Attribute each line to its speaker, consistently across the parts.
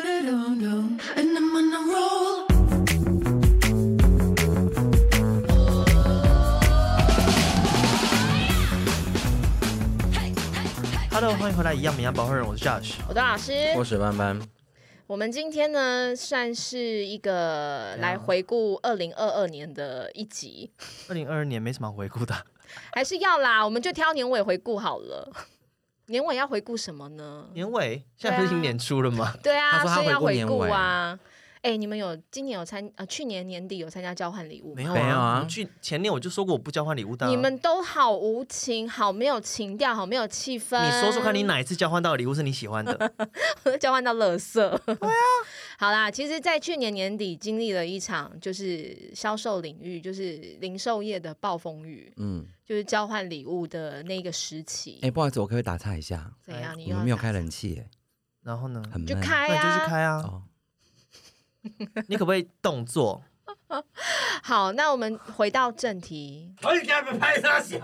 Speaker 1: And I'm on a roll.
Speaker 2: 哈喽，欢迎回来，一样米阳保护人，我是 Josh。
Speaker 3: 我的老师，
Speaker 4: 我是班班，
Speaker 3: 我们今天呢算是一个来回顾二零二二年的一集，
Speaker 2: 二零二二年没什么好回顾的，
Speaker 3: 还是要啦，我们就挑年尾回顾好了。年尾要回顾什么呢？
Speaker 2: 年尾现在不是已经年初了吗？
Speaker 3: 对
Speaker 4: 他
Speaker 3: 啊，
Speaker 4: 说他
Speaker 3: 所以要
Speaker 4: 回顾
Speaker 3: 回
Speaker 4: 年
Speaker 3: 顾
Speaker 4: 尾
Speaker 3: 啊。哎、你们有今年有参呃去年年底有参加交换礼物吗？
Speaker 2: 有
Speaker 4: 没有啊
Speaker 2: 我去前年我就说过我不交换礼物的啊、
Speaker 3: 你们都好无情，好没有情调，好没有气氛。
Speaker 2: 你说说看，你哪一次交换到的礼物是你喜欢 的？
Speaker 3: 交换到垃圾。对啊， 好啦，其实，在去年年底经历了一场就是销售领域，就是零售业的暴风雨，
Speaker 4: 嗯，
Speaker 3: 就是交换礼物的那个时期。
Speaker 4: 哎、不好意思，我可不可以打岔一下？
Speaker 3: 怎样？你
Speaker 4: 我
Speaker 3: 又
Speaker 4: 们
Speaker 3: 要
Speaker 4: 没有
Speaker 3: 打
Speaker 4: 开
Speaker 3: 岔
Speaker 4: 冷气耶，
Speaker 2: 然后呢？
Speaker 4: 很闷。
Speaker 3: 就开
Speaker 2: 那你就
Speaker 3: 啊！
Speaker 2: 去开啊！
Speaker 4: 哦，
Speaker 2: 你可不可以动作？
Speaker 3: 好，那我们回到正题。
Speaker 5: 我你家被拍傻小，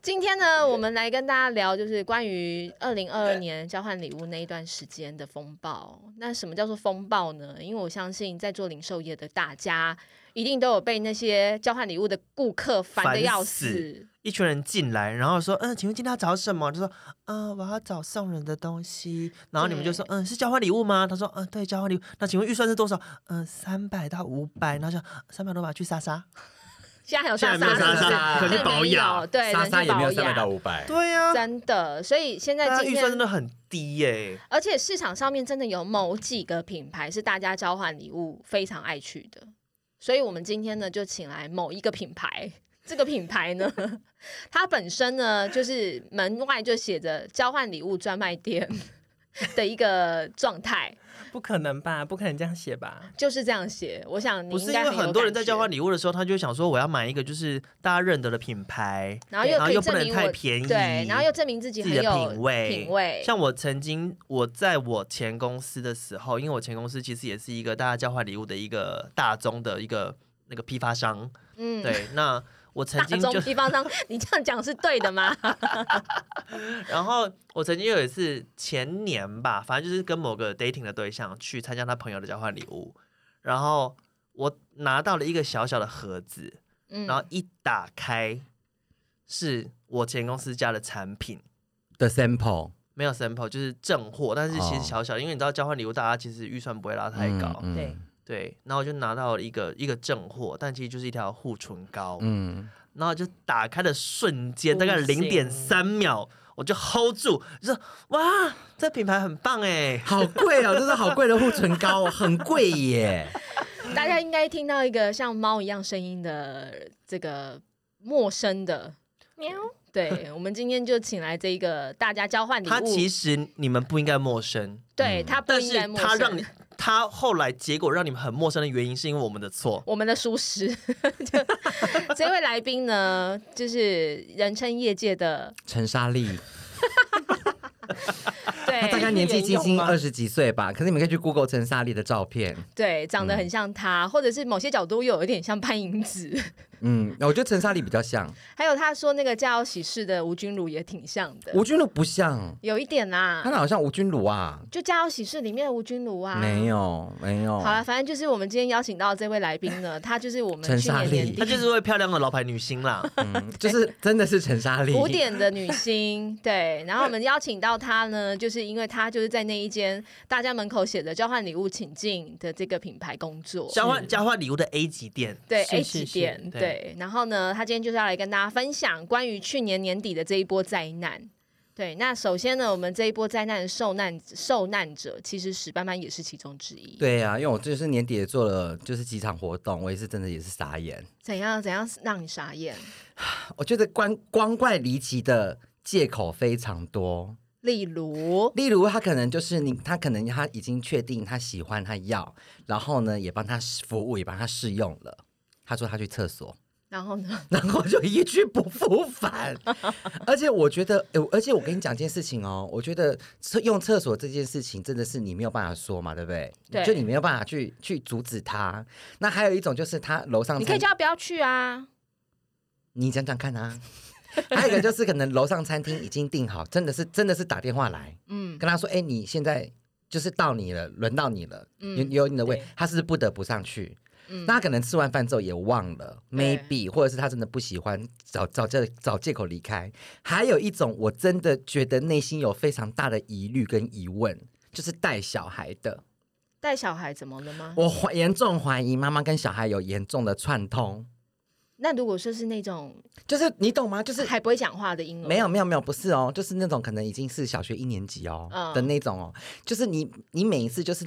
Speaker 3: 今天呢，我们来跟大家聊，就是关于二零二二年交换礼物那一段时间的风暴。那什么叫做风暴呢？因为我相信在做零售业的大家，一定都有被那些交换礼物的顾客烦
Speaker 2: 烦
Speaker 3: 的要
Speaker 2: 死
Speaker 3: 死。
Speaker 2: 一群人进来，然后说：“嗯，请问今天要找什么？”就说：“嗯，我要找送人的东西。”然后你们就说：“嗯，是交换礼物吗？”他说：“嗯，对，交换礼物。那请问预算是多少？嗯，三百到五百。”然后说：“三百多吧，去莎莎。
Speaker 3: 现在还有
Speaker 2: 现
Speaker 3: 莎
Speaker 2: 在没有
Speaker 3: 莎
Speaker 2: 莎莎可
Speaker 3: 是
Speaker 2: 能
Speaker 3: 不是
Speaker 2: 去
Speaker 3: 对没有对，
Speaker 4: 莎
Speaker 3: 能
Speaker 4: 莎
Speaker 3: 去
Speaker 4: 也没有
Speaker 3: 保
Speaker 4: 三
Speaker 3: 养
Speaker 4: 百到五百，
Speaker 2: 对呀、
Speaker 3: 真的，所以现在
Speaker 2: 大家啊
Speaker 3: 今
Speaker 2: 预算真
Speaker 3: 天，
Speaker 2: 的很低耶、
Speaker 3: 而且市场上面真的有某几个品牌是大家交换礼物非常爱去的，所以我们今天呢就请来某一个品牌。 这个品牌呢， 它本身呢就是门外就写着交换礼物专卖店 的一个状态，
Speaker 6: 不可能吧？不可能这样写吧？
Speaker 3: 就是这样写。我想你
Speaker 2: 不是
Speaker 3: 应
Speaker 2: 因
Speaker 3: 该
Speaker 2: 为
Speaker 3: 有
Speaker 2: 很多人
Speaker 3: 感
Speaker 2: 在
Speaker 3: 觉
Speaker 2: 交换，礼物的时候，他就会想说我要买一个就是大家认得的品牌，
Speaker 3: 然后又可以
Speaker 2: 又不
Speaker 3: 证
Speaker 2: 能
Speaker 3: 明
Speaker 2: 太
Speaker 3: 我
Speaker 2: 便宜，
Speaker 3: 对，然后又证明自己
Speaker 2: 自
Speaker 3: 很
Speaker 2: 己的
Speaker 3: 有
Speaker 2: 品味。
Speaker 3: 品味
Speaker 2: 像我曾经我在我前公司的时候，因为我前公司其实也是一个大家交换礼物的一个大宗的一个那个批发商，
Speaker 3: 嗯，
Speaker 2: 对，那我曾经
Speaker 3: 大
Speaker 2: 就
Speaker 3: 中批发商， 你这样讲是对的 吗？
Speaker 2: 然后我曾经有一次前年吧，反正就是跟某个 dating 的对象去参加他朋友的交换礼物，然后我拿到了一个小小的盒子，
Speaker 3: 嗯
Speaker 2: 然后一打开是我前公司家的产品，
Speaker 4: 的 sample
Speaker 2: 没有 sample 就是正货，但是其实
Speaker 4: 哦
Speaker 2: 小小的，因为你知道交换礼物大家其实预算不会拉太高，
Speaker 4: 嗯
Speaker 6: 对，
Speaker 2: 对，然后我就拿到了一个一个正货，但其实就是一条护唇膏，
Speaker 4: 嗯，
Speaker 2: 然后就打开的瞬间，
Speaker 6: 不
Speaker 2: 大概
Speaker 6: 行
Speaker 2: 零点三秒，我就 hold 住，就说哇，这品牌很棒哎，
Speaker 4: 好贵哦，这是好贵的护唇膏哦，很贵耶。
Speaker 3: 大家应该听到一个像猫一样声音的这个陌生的喵。对，我们今天就请来这一个大家交换礼物，
Speaker 2: 它其实你们不应该陌生，
Speaker 3: 对他不
Speaker 2: 但
Speaker 3: 应
Speaker 2: 是
Speaker 3: 该陌
Speaker 2: 它
Speaker 3: 生。
Speaker 2: 让你，它后来结果让你们很陌生的原因，是因为我们的 错。
Speaker 3: 我们的舒适，就这位来宾呢，就是人称业界的
Speaker 4: 陈莎莉，她大概
Speaker 3: 对
Speaker 4: 年纪轻
Speaker 6: 用
Speaker 4: 轻
Speaker 6: 吗
Speaker 4: 二十几岁吧，可是你们可以去 Google 陈莎莉的照片。
Speaker 3: 对，长得很像他，或者是某些角度又有一点像潘迎紫，
Speaker 4: 嗯，我觉得陈莎莉比较像，
Speaker 3: 还有他说那个《家有喜事》的吴君如也挺像的，
Speaker 4: 吴君如不像，
Speaker 3: 有一点啦、
Speaker 4: 她好像吴君如啊，
Speaker 3: 就《家有喜事》里面的吴君如啊，
Speaker 4: 没有没有，
Speaker 3: 好啊了，反正就是我们今天邀请到这位来宾呢，她就是我们
Speaker 4: 陈
Speaker 3: 去
Speaker 4: 莎
Speaker 3: 年
Speaker 4: 莉
Speaker 3: 年
Speaker 2: 她
Speaker 3: 底
Speaker 2: 就是位漂亮的老牌女星 啦，
Speaker 4: 嗯，就是真的是陈莎莉。
Speaker 3: 古典的女星，对。然后我们邀请到她呢，就是因为她就是在那一间大家门口写着“交换礼物请进”的这个品牌工作。嗯
Speaker 2: 交换交换礼物的 A 级店，
Speaker 3: 对
Speaker 6: 是
Speaker 3: A
Speaker 6: 是
Speaker 3: 级
Speaker 6: 是
Speaker 3: 店，
Speaker 2: 对
Speaker 3: 对。然后呢，她今天就是要来跟大家分享关于去年年底的这一波灾难。对，那首先呢，我们这一波灾难的受难受难者，其实史斑斑也是其中之一。，
Speaker 4: 对呀、因为我就是年底也做了就是几场活动，我也是真的也是傻眼。
Speaker 3: 怎样怎样让你傻眼？
Speaker 4: 我觉得光光怪离奇的借口非常多，
Speaker 3: 例如，
Speaker 4: 例如他可能就是你，他可能他已经确定他喜欢他要，然后呢也帮他试服务，也帮他试用了。他说他去厕所，
Speaker 3: 然后呢？
Speaker 4: 然后就一去不复返。 而且我觉得，呃而且我跟你讲一件事情哦，我觉得厕用厕所这件事情真的是你没有办法说嘛，对不对？
Speaker 3: 对
Speaker 4: 就你没有办法去去阻止他。那还有一种就是他楼上
Speaker 3: 你可以
Speaker 4: 餐
Speaker 3: 叫他不要去啊。
Speaker 4: 你讲讲看啊。 还有一个就是可能楼上餐厅已经订好，真的是真的是打电话来
Speaker 3: 嗯，
Speaker 4: 跟他说，哎、你现在就是到你了，轮到你了，
Speaker 3: 嗯
Speaker 4: 有有你的位
Speaker 6: 对，
Speaker 4: 他是不是不得不上去。
Speaker 3: 嗯
Speaker 4: 那他可能吃完饭之后也忘了
Speaker 3: 对
Speaker 4: ，maybe，或者是他真的不喜欢，找找借找借口离开。还有一种，我真的觉得内心有非常大的疑虑跟疑问，就是带小孩的，
Speaker 3: 带小孩怎么了吗？
Speaker 4: 我怀严重怀疑妈妈跟小孩有严重的串通，
Speaker 3: 那如果说是那种
Speaker 4: 就是你懂吗？就是
Speaker 3: 还不会讲话的婴儿，
Speaker 4: 没有没有没有，不是哦，就是那种可能已经是小学一年级哦、
Speaker 3: 嗯
Speaker 4: 的那种哦，就是你你每一次就是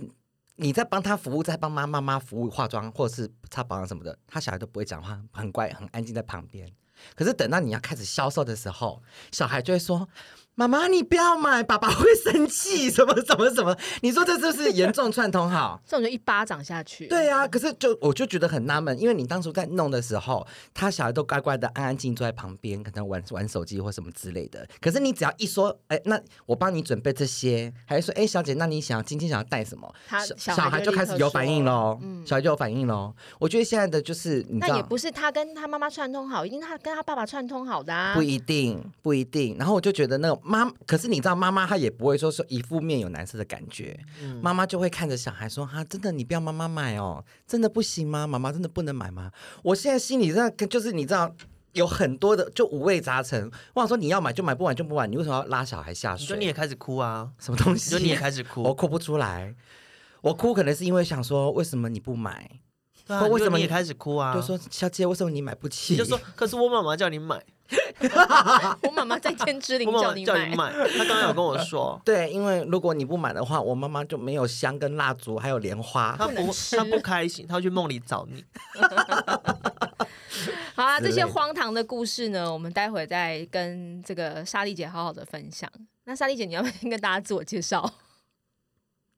Speaker 4: 你在帮他服务，在帮妈妈妈服务化妆或者是擦保养什么的，他小孩都不会讲话，很乖很安静在旁边。可是等到你要开始销售的时候，小孩就会说：“妈妈，你不要买，爸爸会生气，什么什么什么。”你说这是不是严重串通好？
Speaker 3: 这种就一巴掌下去。
Speaker 4: 对啊，可是就我就觉得很纳闷，因为你当初在弄的时候，他小孩都乖乖的、安安静静坐在旁边，可能玩玩手机或什么之类的。可是你只要一说，哎，那我帮你准备这些，还是说，哎，小姐，那你想要今天想要带什么？
Speaker 3: 他
Speaker 4: 小
Speaker 3: 小孩
Speaker 4: 孩
Speaker 3: 就
Speaker 4: 就
Speaker 3: 立
Speaker 4: 开
Speaker 3: 刻
Speaker 4: 始有反应
Speaker 3: 说
Speaker 4: 喽，
Speaker 3: 嗯
Speaker 4: 小孩就有反应喽。我觉得现在的就是，你知
Speaker 3: 那
Speaker 4: 道
Speaker 3: 也不是他跟他妈妈串通好，一定是他跟他爸爸串通好的啊
Speaker 4: 不。一定，不一定。然后我就觉得那个妈，可是你知道，妈妈她也不会说说一副面有难色的感觉，
Speaker 2: 嗯
Speaker 4: 妈妈就会看着小孩说：“哈、真的你不要妈妈买哦，真的不行吗？妈妈真的不能买吗？”我现在心里在就是你知道。有很多的就五味杂陈，我想说你要买就买，不买就不买，你为什么要拉小孩下
Speaker 2: 你
Speaker 4: 水？
Speaker 2: 说你也开始哭啊，
Speaker 4: 什么东
Speaker 2: 你
Speaker 4: 西？
Speaker 2: 说你也开始
Speaker 4: 我
Speaker 3: 哦
Speaker 2: 哭，
Speaker 4: 哭不出来，我哭可能是因为想说为什么你不买，
Speaker 2: 对啊
Speaker 4: 或为
Speaker 2: 你说
Speaker 4: 什么
Speaker 2: 你也
Speaker 4: 你
Speaker 2: 开始哭啊？
Speaker 4: 就说小姐为什么你买不起？。
Speaker 2: 你就说，可是我妈妈叫你买，
Speaker 3: 我妈妈在天之灵
Speaker 2: 我妈
Speaker 3: 叫
Speaker 2: 妈
Speaker 3: 你
Speaker 2: 叫你
Speaker 3: 买，
Speaker 2: 买，她刚刚有跟我说
Speaker 4: 对，因为如果你不买的话，我妈妈就没有香跟蜡烛，还有莲花。
Speaker 2: 她
Speaker 3: 啊不能
Speaker 2: 不，
Speaker 3: 吃
Speaker 2: 她不开心，她会去梦里找你。
Speaker 3: 好啊，
Speaker 4: 之
Speaker 3: 这
Speaker 4: 类
Speaker 3: 些
Speaker 4: 的
Speaker 3: 荒唐的故事呢，我们待会再跟这个莎莉姐好好的分享。那莎莉姐，你要不要先跟大家自我介绍？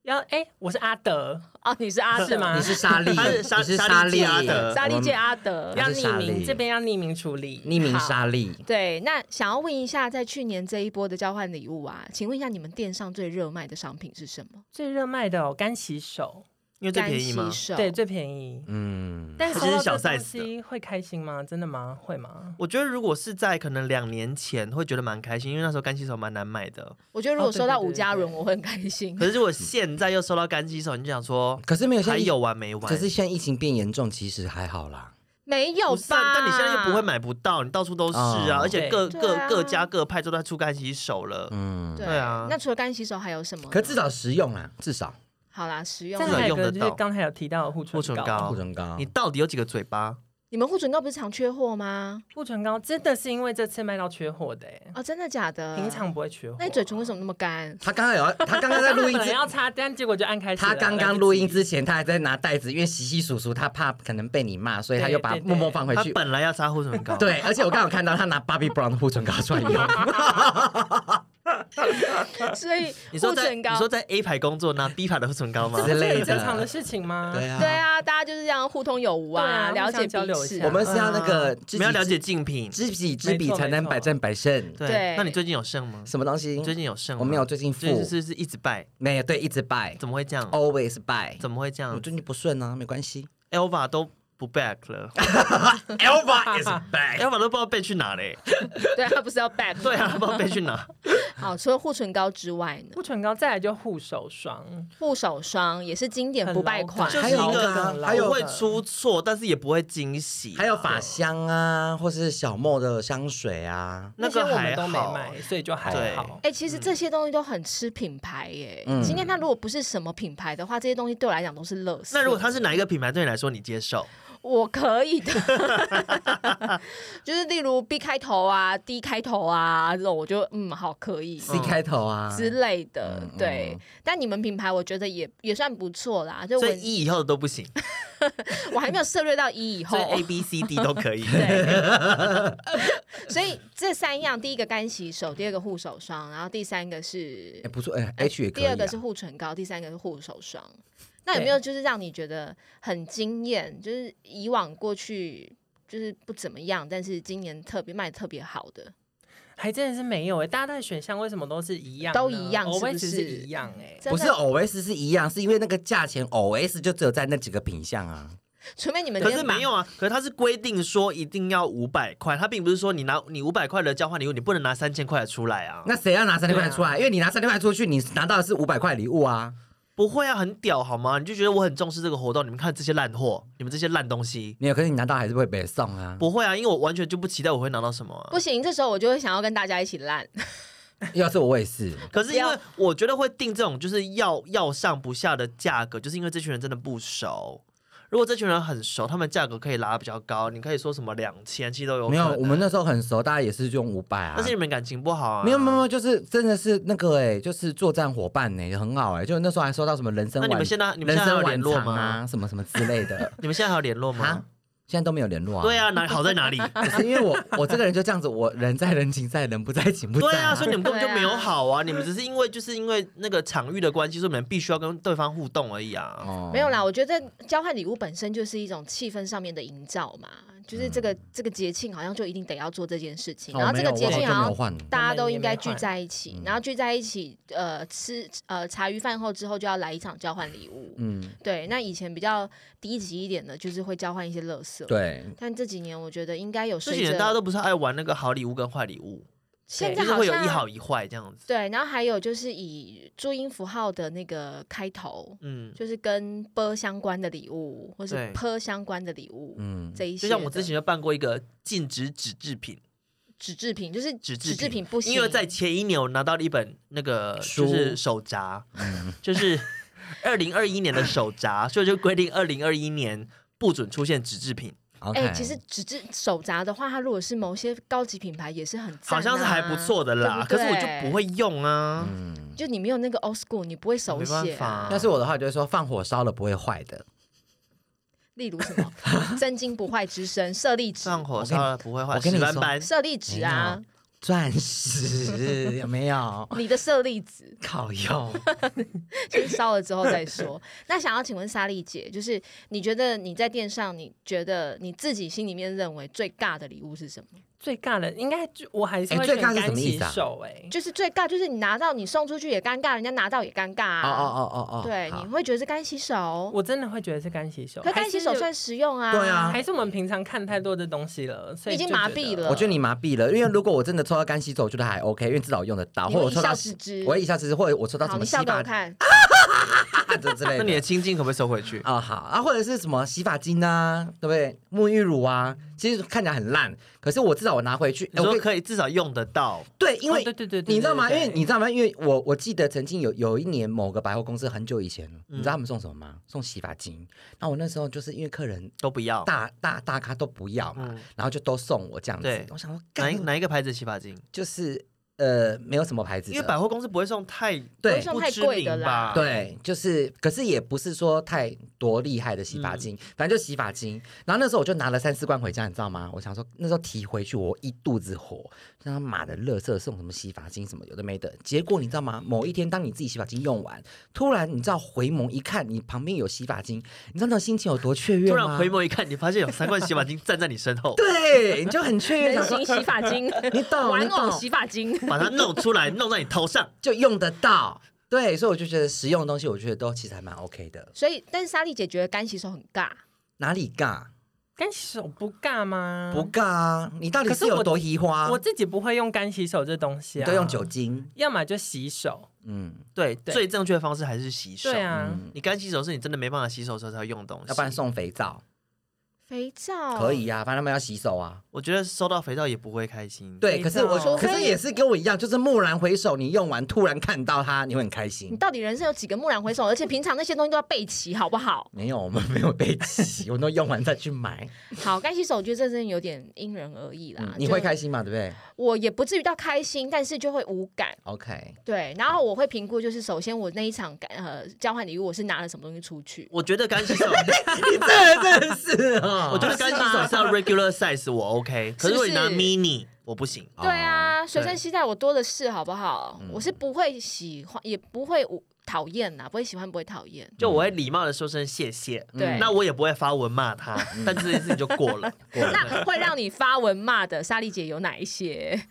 Speaker 6: 要哎、我是阿德，
Speaker 3: 哦，你是阿
Speaker 6: 是
Speaker 3: 德
Speaker 6: 吗
Speaker 4: 你是莎莉，
Speaker 2: 啊她是莎
Speaker 4: 你是
Speaker 2: 莎
Speaker 4: 莎
Speaker 2: 莉
Speaker 4: 莉，
Speaker 2: 加的
Speaker 3: 莎莉姐阿
Speaker 6: 要
Speaker 3: 德
Speaker 4: 呃我。是
Speaker 6: 匿
Speaker 4: 莎
Speaker 6: 名，
Speaker 4: 莉
Speaker 6: 这边要匿名处理。
Speaker 4: 匿名莎莉。
Speaker 3: 对，那想要问一下，在去年这一波的交换礼物啊，请问一下你们店上最热卖的商品是什么？
Speaker 6: 最热卖的哦，干洗手，
Speaker 2: 因为最便宜
Speaker 3: 干
Speaker 2: 嘛
Speaker 3: 洗，手
Speaker 6: 对，最便宜。
Speaker 4: 嗯，
Speaker 6: 但
Speaker 2: 它
Speaker 6: 是
Speaker 2: 其
Speaker 6: 收
Speaker 2: 实是
Speaker 6: 到
Speaker 2: 小
Speaker 6: 这东
Speaker 2: size 的
Speaker 6: 西会开心吗？真的吗？会吗？
Speaker 2: 我觉得如果是在可能两年前，会觉得蛮开心，因为那时候干洗手蛮难买的。
Speaker 3: 我觉得如果
Speaker 6: 哦对
Speaker 3: 收到
Speaker 6: 对对
Speaker 3: 五加仑，
Speaker 6: 对
Speaker 3: 我会很开心
Speaker 2: 可。是如果现在又收到干洗手，你就想说
Speaker 4: 嗯可是没有像
Speaker 2: 还
Speaker 4: 疫，
Speaker 2: 有完没完？
Speaker 4: 可是现在疫情变严重，其实还好啦。
Speaker 3: 没有
Speaker 2: 不
Speaker 3: 吧
Speaker 2: 是？啊但你现在又不会。买不到，你到处都是啊，
Speaker 4: 哦
Speaker 2: 而且
Speaker 6: 对
Speaker 2: 各
Speaker 3: 对
Speaker 2: 各
Speaker 3: 啊
Speaker 2: 各家各派都在出干洗手了。
Speaker 4: 嗯，
Speaker 3: 对
Speaker 2: 对啊
Speaker 3: 那除了干洗手还有什么呢？
Speaker 4: 可至少实用啦，至少
Speaker 3: 好啦，实用
Speaker 6: 再
Speaker 2: 这个
Speaker 6: 还有
Speaker 2: 用
Speaker 6: 一个
Speaker 2: 得
Speaker 6: 就是
Speaker 2: 到
Speaker 6: 刚才有提到的护
Speaker 2: 护
Speaker 6: 唇
Speaker 2: 唇
Speaker 6: 膏，
Speaker 2: 膏
Speaker 4: 护，唇膏
Speaker 2: 你。到底有几个嘴巴？
Speaker 3: 你们护唇膏不是常缺货吗？
Speaker 6: 护唇膏真的是因为这次卖到缺货的、欸，
Speaker 3: 哦，真的假的？
Speaker 6: 平常不会缺货。
Speaker 3: 那你嘴唇为什么那么 干？
Speaker 4: 他刚刚有，他刚刚在录音
Speaker 6: 本来
Speaker 4: 之，
Speaker 6: 要擦，但结果就按开始了。
Speaker 4: 他刚
Speaker 6: 来不
Speaker 4: 刚
Speaker 6: 及
Speaker 4: 录音之前，他还在拿袋子，因为洗洗数数，他怕可能被你骂，所以他又把
Speaker 6: 对对对
Speaker 4: 默默放回
Speaker 2: 他
Speaker 4: 去。
Speaker 2: 本来要擦护唇膏，，
Speaker 4: 对，而且我刚好看到他拿 Bobbi Brown 的护唇膏出 来用。
Speaker 3: 所以
Speaker 2: 呃你说
Speaker 3: 护
Speaker 2: 在
Speaker 3: 唇
Speaker 2: 你
Speaker 3: 膏
Speaker 2: 说在 A 排工作拿 B 排的护唇膏吗
Speaker 6: 这不？
Speaker 4: 之
Speaker 6: 是
Speaker 4: 类的
Speaker 6: 很正常的事情吗？
Speaker 4: 对啊，
Speaker 3: 对。啊，大家就是这样互通有无
Speaker 6: 对
Speaker 3: 啊，
Speaker 6: 啊
Speaker 3: 了
Speaker 6: 互
Speaker 3: 解
Speaker 6: 相交
Speaker 3: 彼
Speaker 6: 流一
Speaker 3: 此。
Speaker 6: 下
Speaker 4: 我们是要那个知
Speaker 2: 我们要嗯
Speaker 4: 己
Speaker 2: 了
Speaker 4: 知
Speaker 2: 解竞品。
Speaker 4: 知己知彼
Speaker 6: 没错
Speaker 4: 才能百战百胜。
Speaker 3: 对
Speaker 2: 对，那你最近有剩吗？
Speaker 4: 什么东西
Speaker 2: 你？最近有剩吗？
Speaker 4: 我没有，最近负
Speaker 2: 最近是是一直败，
Speaker 4: 没有对，一直败
Speaker 2: 怎么会这样？
Speaker 4: ，always 败。
Speaker 2: 怎么会这
Speaker 4: 我
Speaker 2: 样
Speaker 4: 最近不顺啊，没关 系。
Speaker 2: ？Elva 都不 back 了
Speaker 4: Elva is back。
Speaker 2: ，Elva 都不知道背去哪嘞。
Speaker 3: 对啊，不 是要 back
Speaker 2: 对啊，不知道背去 哪。
Speaker 3: 好，除了护唇膏之外呢，
Speaker 6: 护唇膏再来就护手霜，
Speaker 3: 护手霜也是经典不败款。
Speaker 2: 就是
Speaker 4: 还
Speaker 2: 一
Speaker 4: 有那
Speaker 2: 个
Speaker 4: 个啊，还
Speaker 2: 不
Speaker 4: 有
Speaker 2: 会出错，但是也不会惊喜。
Speaker 4: 还有法香啊，或是小莫的香水啊。
Speaker 2: 那
Speaker 6: 些
Speaker 2: 个
Speaker 6: 我
Speaker 2: 还
Speaker 6: 们都没
Speaker 2: 好，
Speaker 6: 卖，所以就还
Speaker 2: 对
Speaker 6: 好。
Speaker 3: 哎、
Speaker 2: 嗯
Speaker 3: 其实这些东西都很吃品牌耶。
Speaker 4: 嗯
Speaker 3: 今天它如果不是什么品牌的话，这些东西对我来讲都是垃圾。
Speaker 2: 那如果它是哪一个品牌对你来说你接受？
Speaker 3: 我可以的， 就是例如 B 开头啊、D 开头啊这种，我就嗯好可以
Speaker 4: C 开头啊，
Speaker 3: 之类的。
Speaker 4: 嗯嗯
Speaker 3: 对，但你们品牌我觉得也也算不错啦，就我
Speaker 2: 所以一以后的都不行，
Speaker 3: 我还没有涉略到一以后
Speaker 2: 所以。A B C D 都 可以。
Speaker 3: 对， 所以这三样，第一个干洗手，第二个护手霜，然后第三个是
Speaker 4: 哎不错，哎 H 也可以
Speaker 3: 第
Speaker 4: 啊。
Speaker 3: 二个是护唇膏，第三个是护手霜。那有没有就是让你觉得很惊艳？就是以往过去就是不怎么样，但是今年特别卖得特别好的，
Speaker 6: 还真的是没有哎、大家的选项为什么都是一样呢？
Speaker 3: 都一样是不
Speaker 6: 我
Speaker 3: 是
Speaker 6: 只是一样哎、
Speaker 3: 真
Speaker 4: 不哦
Speaker 3: 的
Speaker 4: 是 OS 是一样，是因为那个价钱 OS 就只有在那几个品相啊。
Speaker 3: 除非你们
Speaker 2: 可
Speaker 3: 今
Speaker 2: 是
Speaker 3: 天把
Speaker 2: 没有啊，可是它是规定说一定要五百块，它并不是说你拿你五百块的交换礼物，你不能拿三千块的出来啊。
Speaker 4: 那谁要拿三千块出来？因为你拿三千块出去，你拿到的是五百块礼物啊。
Speaker 2: 不会啊，很屌好吗？你就觉得我很重视这个活动，你们看这些烂货，你们这些烂东西。
Speaker 4: 没有，可是你拿到还是会被送啊。
Speaker 2: 不会啊，因为我完全就不期待我会拿到什么、啊
Speaker 3: 不。行，这时候我就会想要跟大家一起烂。
Speaker 4: 哦要是我也是，
Speaker 2: 可是因
Speaker 3: 不
Speaker 2: 为
Speaker 3: 要
Speaker 2: 我觉得会定这种就是要要上不下的价格，就是因为这群人真的不熟。如果这群人很熟，他们价格可以拉得比较高，你可以说什么两千，其实都有可
Speaker 4: 没有，
Speaker 2: 能。
Speaker 4: 我们那时候很熟，大家也是用五百啊。
Speaker 2: 但是你们感情不好啊。
Speaker 4: 没有没有没有，就是真的是那个哎、就是作战伙伴呢、很好哎、就那时候还收到什么人生
Speaker 2: 那
Speaker 4: 晚，
Speaker 2: 你们现在你们
Speaker 4: 人
Speaker 2: 现在还
Speaker 4: 生
Speaker 2: 有联
Speaker 4: 晚
Speaker 2: 络
Speaker 4: 场啊，
Speaker 2: 吗
Speaker 4: 什么什么之类 的
Speaker 2: 你们现在还有联络
Speaker 4: 啊
Speaker 2: 吗？，
Speaker 4: 现在都没有联络啊。
Speaker 2: 对，啊，哪好在哪里？
Speaker 4: 可是因为我我这个人就这样子，我人在人情在，人不在情不在、
Speaker 2: 对啊，所以你们根本就没有
Speaker 3: 对啊
Speaker 2: 好啊，你们只是因为就是因为那个场域的关系，所以你们必须要跟对方互动而已啊。
Speaker 4: 哦
Speaker 3: 没有啦，我觉得交换礼物本身就是一种气氛上面的营造嘛，就是这个、这个节庆好像就一定得要做这件事情，
Speaker 4: 嗯哦
Speaker 3: 然后这个啊
Speaker 4: 没有
Speaker 3: 节
Speaker 4: 我好
Speaker 3: 庆
Speaker 4: 像就
Speaker 3: 好
Speaker 4: 没有
Speaker 3: 像
Speaker 4: 换。嗯
Speaker 3: 大家都应该
Speaker 6: 我们也
Speaker 3: 聚
Speaker 6: 没换
Speaker 3: 在一起，然后聚在一起，呃，吃呃茶余饭后之后就要来一场交换礼物。
Speaker 4: 嗯，
Speaker 3: 对，那以前比较低级一点的，就是会交换一些乐色。，
Speaker 4: 对，
Speaker 3: 但这几年我觉得应该有
Speaker 2: 这
Speaker 3: 随
Speaker 2: 几
Speaker 3: 着
Speaker 2: 年大家都不是爱玩那个好礼物跟坏礼物，
Speaker 3: 现
Speaker 2: 就
Speaker 3: 在
Speaker 2: 是
Speaker 3: 好
Speaker 2: 会有
Speaker 3: 像
Speaker 2: 一好一坏这样子。
Speaker 3: 对，然后还有就是以注音符号的那个开头，
Speaker 2: 嗯，
Speaker 3: 就是跟波相关的礼物，或
Speaker 2: 对
Speaker 3: 是坡相关的礼物，
Speaker 4: 嗯，
Speaker 3: 这一些
Speaker 2: 就
Speaker 3: 的
Speaker 2: 像我之前就办过一个禁止纸制品，
Speaker 3: 纸制品，就是
Speaker 2: 纸制
Speaker 3: 纸制
Speaker 2: 品
Speaker 3: 品不行，
Speaker 2: 因为在前一年我拿到了一本那个就是
Speaker 4: 书
Speaker 2: 手 札，就是二零二一年的手札，所以就规定二零二一年不准出现纸制品，
Speaker 4: OK，
Speaker 3: 哎、其实纸质手札的话，它如果是某些高级品牌也是很、赞
Speaker 2: 好像是还不错的啦，
Speaker 3: 对不
Speaker 2: 可是我
Speaker 3: 啊对
Speaker 2: 就不会用啊。
Speaker 3: 啊，就你没有那个 old school，你不会手
Speaker 2: 没
Speaker 3: 写、
Speaker 2: 办
Speaker 3: 啊。
Speaker 2: 法啊
Speaker 4: 嗯要是我的话，就会说放火烧了不会坏的。
Speaker 3: 例如什 么“真金不坏之身”、舍利子、
Speaker 2: 上火烧了不会坏，
Speaker 4: 我
Speaker 2: 石
Speaker 4: 跟你
Speaker 2: 斑
Speaker 4: 说
Speaker 2: 斑
Speaker 3: 舍利子啊，
Speaker 4: 钻石 有哦没有？
Speaker 3: 你的舍利子
Speaker 4: 烤 肉，
Speaker 3: 先烧了之后再说。 那想要请问莎莉姐，就是你觉得你在店上，你觉得你自己心里面认为最尬的礼物是什么？
Speaker 6: 最尬的应该就我还是
Speaker 4: 哎
Speaker 6: 会
Speaker 4: 最
Speaker 6: 选
Speaker 4: 尬是什
Speaker 6: 干
Speaker 4: 么意
Speaker 6: 洗
Speaker 4: 思啊
Speaker 6: 手哎，
Speaker 3: 就是最尬，就是你拿到你送出去也尴尬，人家拿到也尴尬
Speaker 4: 哦
Speaker 3: 啊。
Speaker 4: 哦哦哦哦，
Speaker 3: 对，
Speaker 4: 好
Speaker 3: 你会觉得是干洗手，
Speaker 6: 我真的会觉得是干洗手，
Speaker 3: 可干洗手
Speaker 6: 还是
Speaker 3: 算实用啊。
Speaker 4: 对啊
Speaker 6: 还是我们平常看太多的东西了，所以
Speaker 3: 已经
Speaker 6: 就觉
Speaker 3: 麻
Speaker 6: 得哦
Speaker 3: 痹了
Speaker 4: 我觉得你麻痹了，因为如果我真的抽到干洗手，我觉得还 OK，因为至少用得到，
Speaker 3: 你
Speaker 4: 或
Speaker 3: 会
Speaker 4: 者我抽
Speaker 3: 一
Speaker 4: 到
Speaker 3: 笑置之
Speaker 4: 我会一下子，或者我抽到什
Speaker 3: 好，
Speaker 4: 么
Speaker 3: 你
Speaker 4: 洗
Speaker 3: 笑给
Speaker 4: 发
Speaker 3: 我看。
Speaker 4: 这之 类
Speaker 2: 那你的
Speaker 4: 的。
Speaker 2: 青筋可不可以收回去？
Speaker 4: 啊好啊，或者是什么洗发精啊，对不对？沐浴乳啊，其实看起来很烂，可是我至少我拿回去，
Speaker 2: 你
Speaker 4: 哎我
Speaker 2: 说
Speaker 4: 可以
Speaker 2: 可以至少用得到，
Speaker 4: 对，因为
Speaker 6: 哦对对对对对
Speaker 4: 你知道吗？因
Speaker 6: 对
Speaker 4: 为你知道吗？因为我我记得曾经有有一年某个百货公司很久以前，你知道他们送什么吗？送洗发精。那我那时候就是因为客人
Speaker 2: 都不要。
Speaker 4: 大大大咖都不要嘛，
Speaker 2: 嗯
Speaker 4: 然后就都送我这样子
Speaker 2: 对。
Speaker 4: 我想说，
Speaker 2: 哪
Speaker 4: 干
Speaker 2: 一哪一个牌子的洗发精？
Speaker 4: 就是呃，没有什么牌子的，
Speaker 2: 因为百货公司不会送太
Speaker 4: 对
Speaker 2: 不知名吧
Speaker 3: 不会送太贵的
Speaker 2: 啊
Speaker 3: 啦
Speaker 4: 对，就是，可是也不是说太多厉害的洗
Speaker 2: 嗯
Speaker 4: 发精，反正就洗发精。然后那时候我就拿了三四罐回家，你知道吗？我想说那时候提回去，我一肚子火，让他妈的乐色送什么洗发精什么有的没的。结果你知道吗？某一天当你自己洗发精用完，突然你知道回眸一看，你旁边有洗发精，你知道那种心情有多雀跃
Speaker 2: 突
Speaker 4: 吗？
Speaker 2: 然回眸一看，你发现有三罐洗发精站在你身后，
Speaker 4: 对，你就很雀 跃，
Speaker 3: 人
Speaker 4: 想说
Speaker 3: 形洗发精，
Speaker 4: 你懂，
Speaker 3: 玩
Speaker 4: 你
Speaker 3: 偶
Speaker 4: 懂，
Speaker 3: 洗发精。
Speaker 2: 把它弄出来，弄在你头上。
Speaker 4: 就用得到。对，所以我就觉得实用的东西，我觉得都其实还蛮 OK 的。
Speaker 3: 所以，但是莎莉姐觉得干洗手很尬，
Speaker 4: 哪里尬？
Speaker 6: 干洗手不尬吗？
Speaker 4: 不尬啊！你到底
Speaker 6: 嗯可是
Speaker 4: 是有
Speaker 6: 我
Speaker 4: 多移花？
Speaker 6: 我自己不会用干洗手这东西
Speaker 4: 你
Speaker 6: 啊，
Speaker 4: 都用酒，精，
Speaker 6: 要么就洗手。
Speaker 4: 嗯，
Speaker 2: 对，
Speaker 6: 对
Speaker 2: 最正确的方式还是洗手。
Speaker 6: 对啊，
Speaker 4: 嗯
Speaker 2: 你干洗手是你真的没办法洗手的时候才会用的东西，
Speaker 4: 要不然送肥皂
Speaker 3: 肥皂
Speaker 4: 可以。啊呀、反正他们要洗手啊。
Speaker 2: 我觉得收到肥皂也不会开心。，
Speaker 4: 对，可
Speaker 6: 肥
Speaker 4: 是
Speaker 6: 皂
Speaker 4: 我
Speaker 6: 除
Speaker 4: 可
Speaker 3: 非
Speaker 4: 是也是跟我一样，就是蓦然回首，你用完突然看到它，你会很开
Speaker 3: 你
Speaker 4: 心。
Speaker 3: 到底人生有几个蓦然回首？ 而且平常那些东西都要备齐，好不好？
Speaker 4: 没有，我们没有被洗，我都用完再去买。
Speaker 3: 好，干洗手，我觉得这真的有点因人而异啦
Speaker 4: 嗯。你会
Speaker 3: 啊就
Speaker 4: 开心嘛？对不对
Speaker 3: 我也不至于到开心，但是就会无感。
Speaker 4: ？OK，
Speaker 3: 对，然后我会评估，就是首先我那一场感呃交换礼物，我是拿了什么东西出去。
Speaker 2: 我觉得干洗手，
Speaker 4: 你这人真的是哦，
Speaker 2: 我觉得干洗手是要 regular size 我 OK，可是如果你拿
Speaker 3: 是不是
Speaker 2: mini 我不行。
Speaker 4: 哦嗯
Speaker 3: 对，啊，随身
Speaker 2: 对
Speaker 3: 携带我多的是，好不好？我是不会喜欢，也不会无讨厌呐，不会喜欢，不会讨厌。
Speaker 2: 就我会礼貌的说声谢谢，
Speaker 3: 对
Speaker 2: 那我也不会发文骂他，
Speaker 4: 嗯
Speaker 2: 但这件事情就过了。
Speaker 4: 过了
Speaker 3: 那会让你发文骂的莎莉姐有哪一些？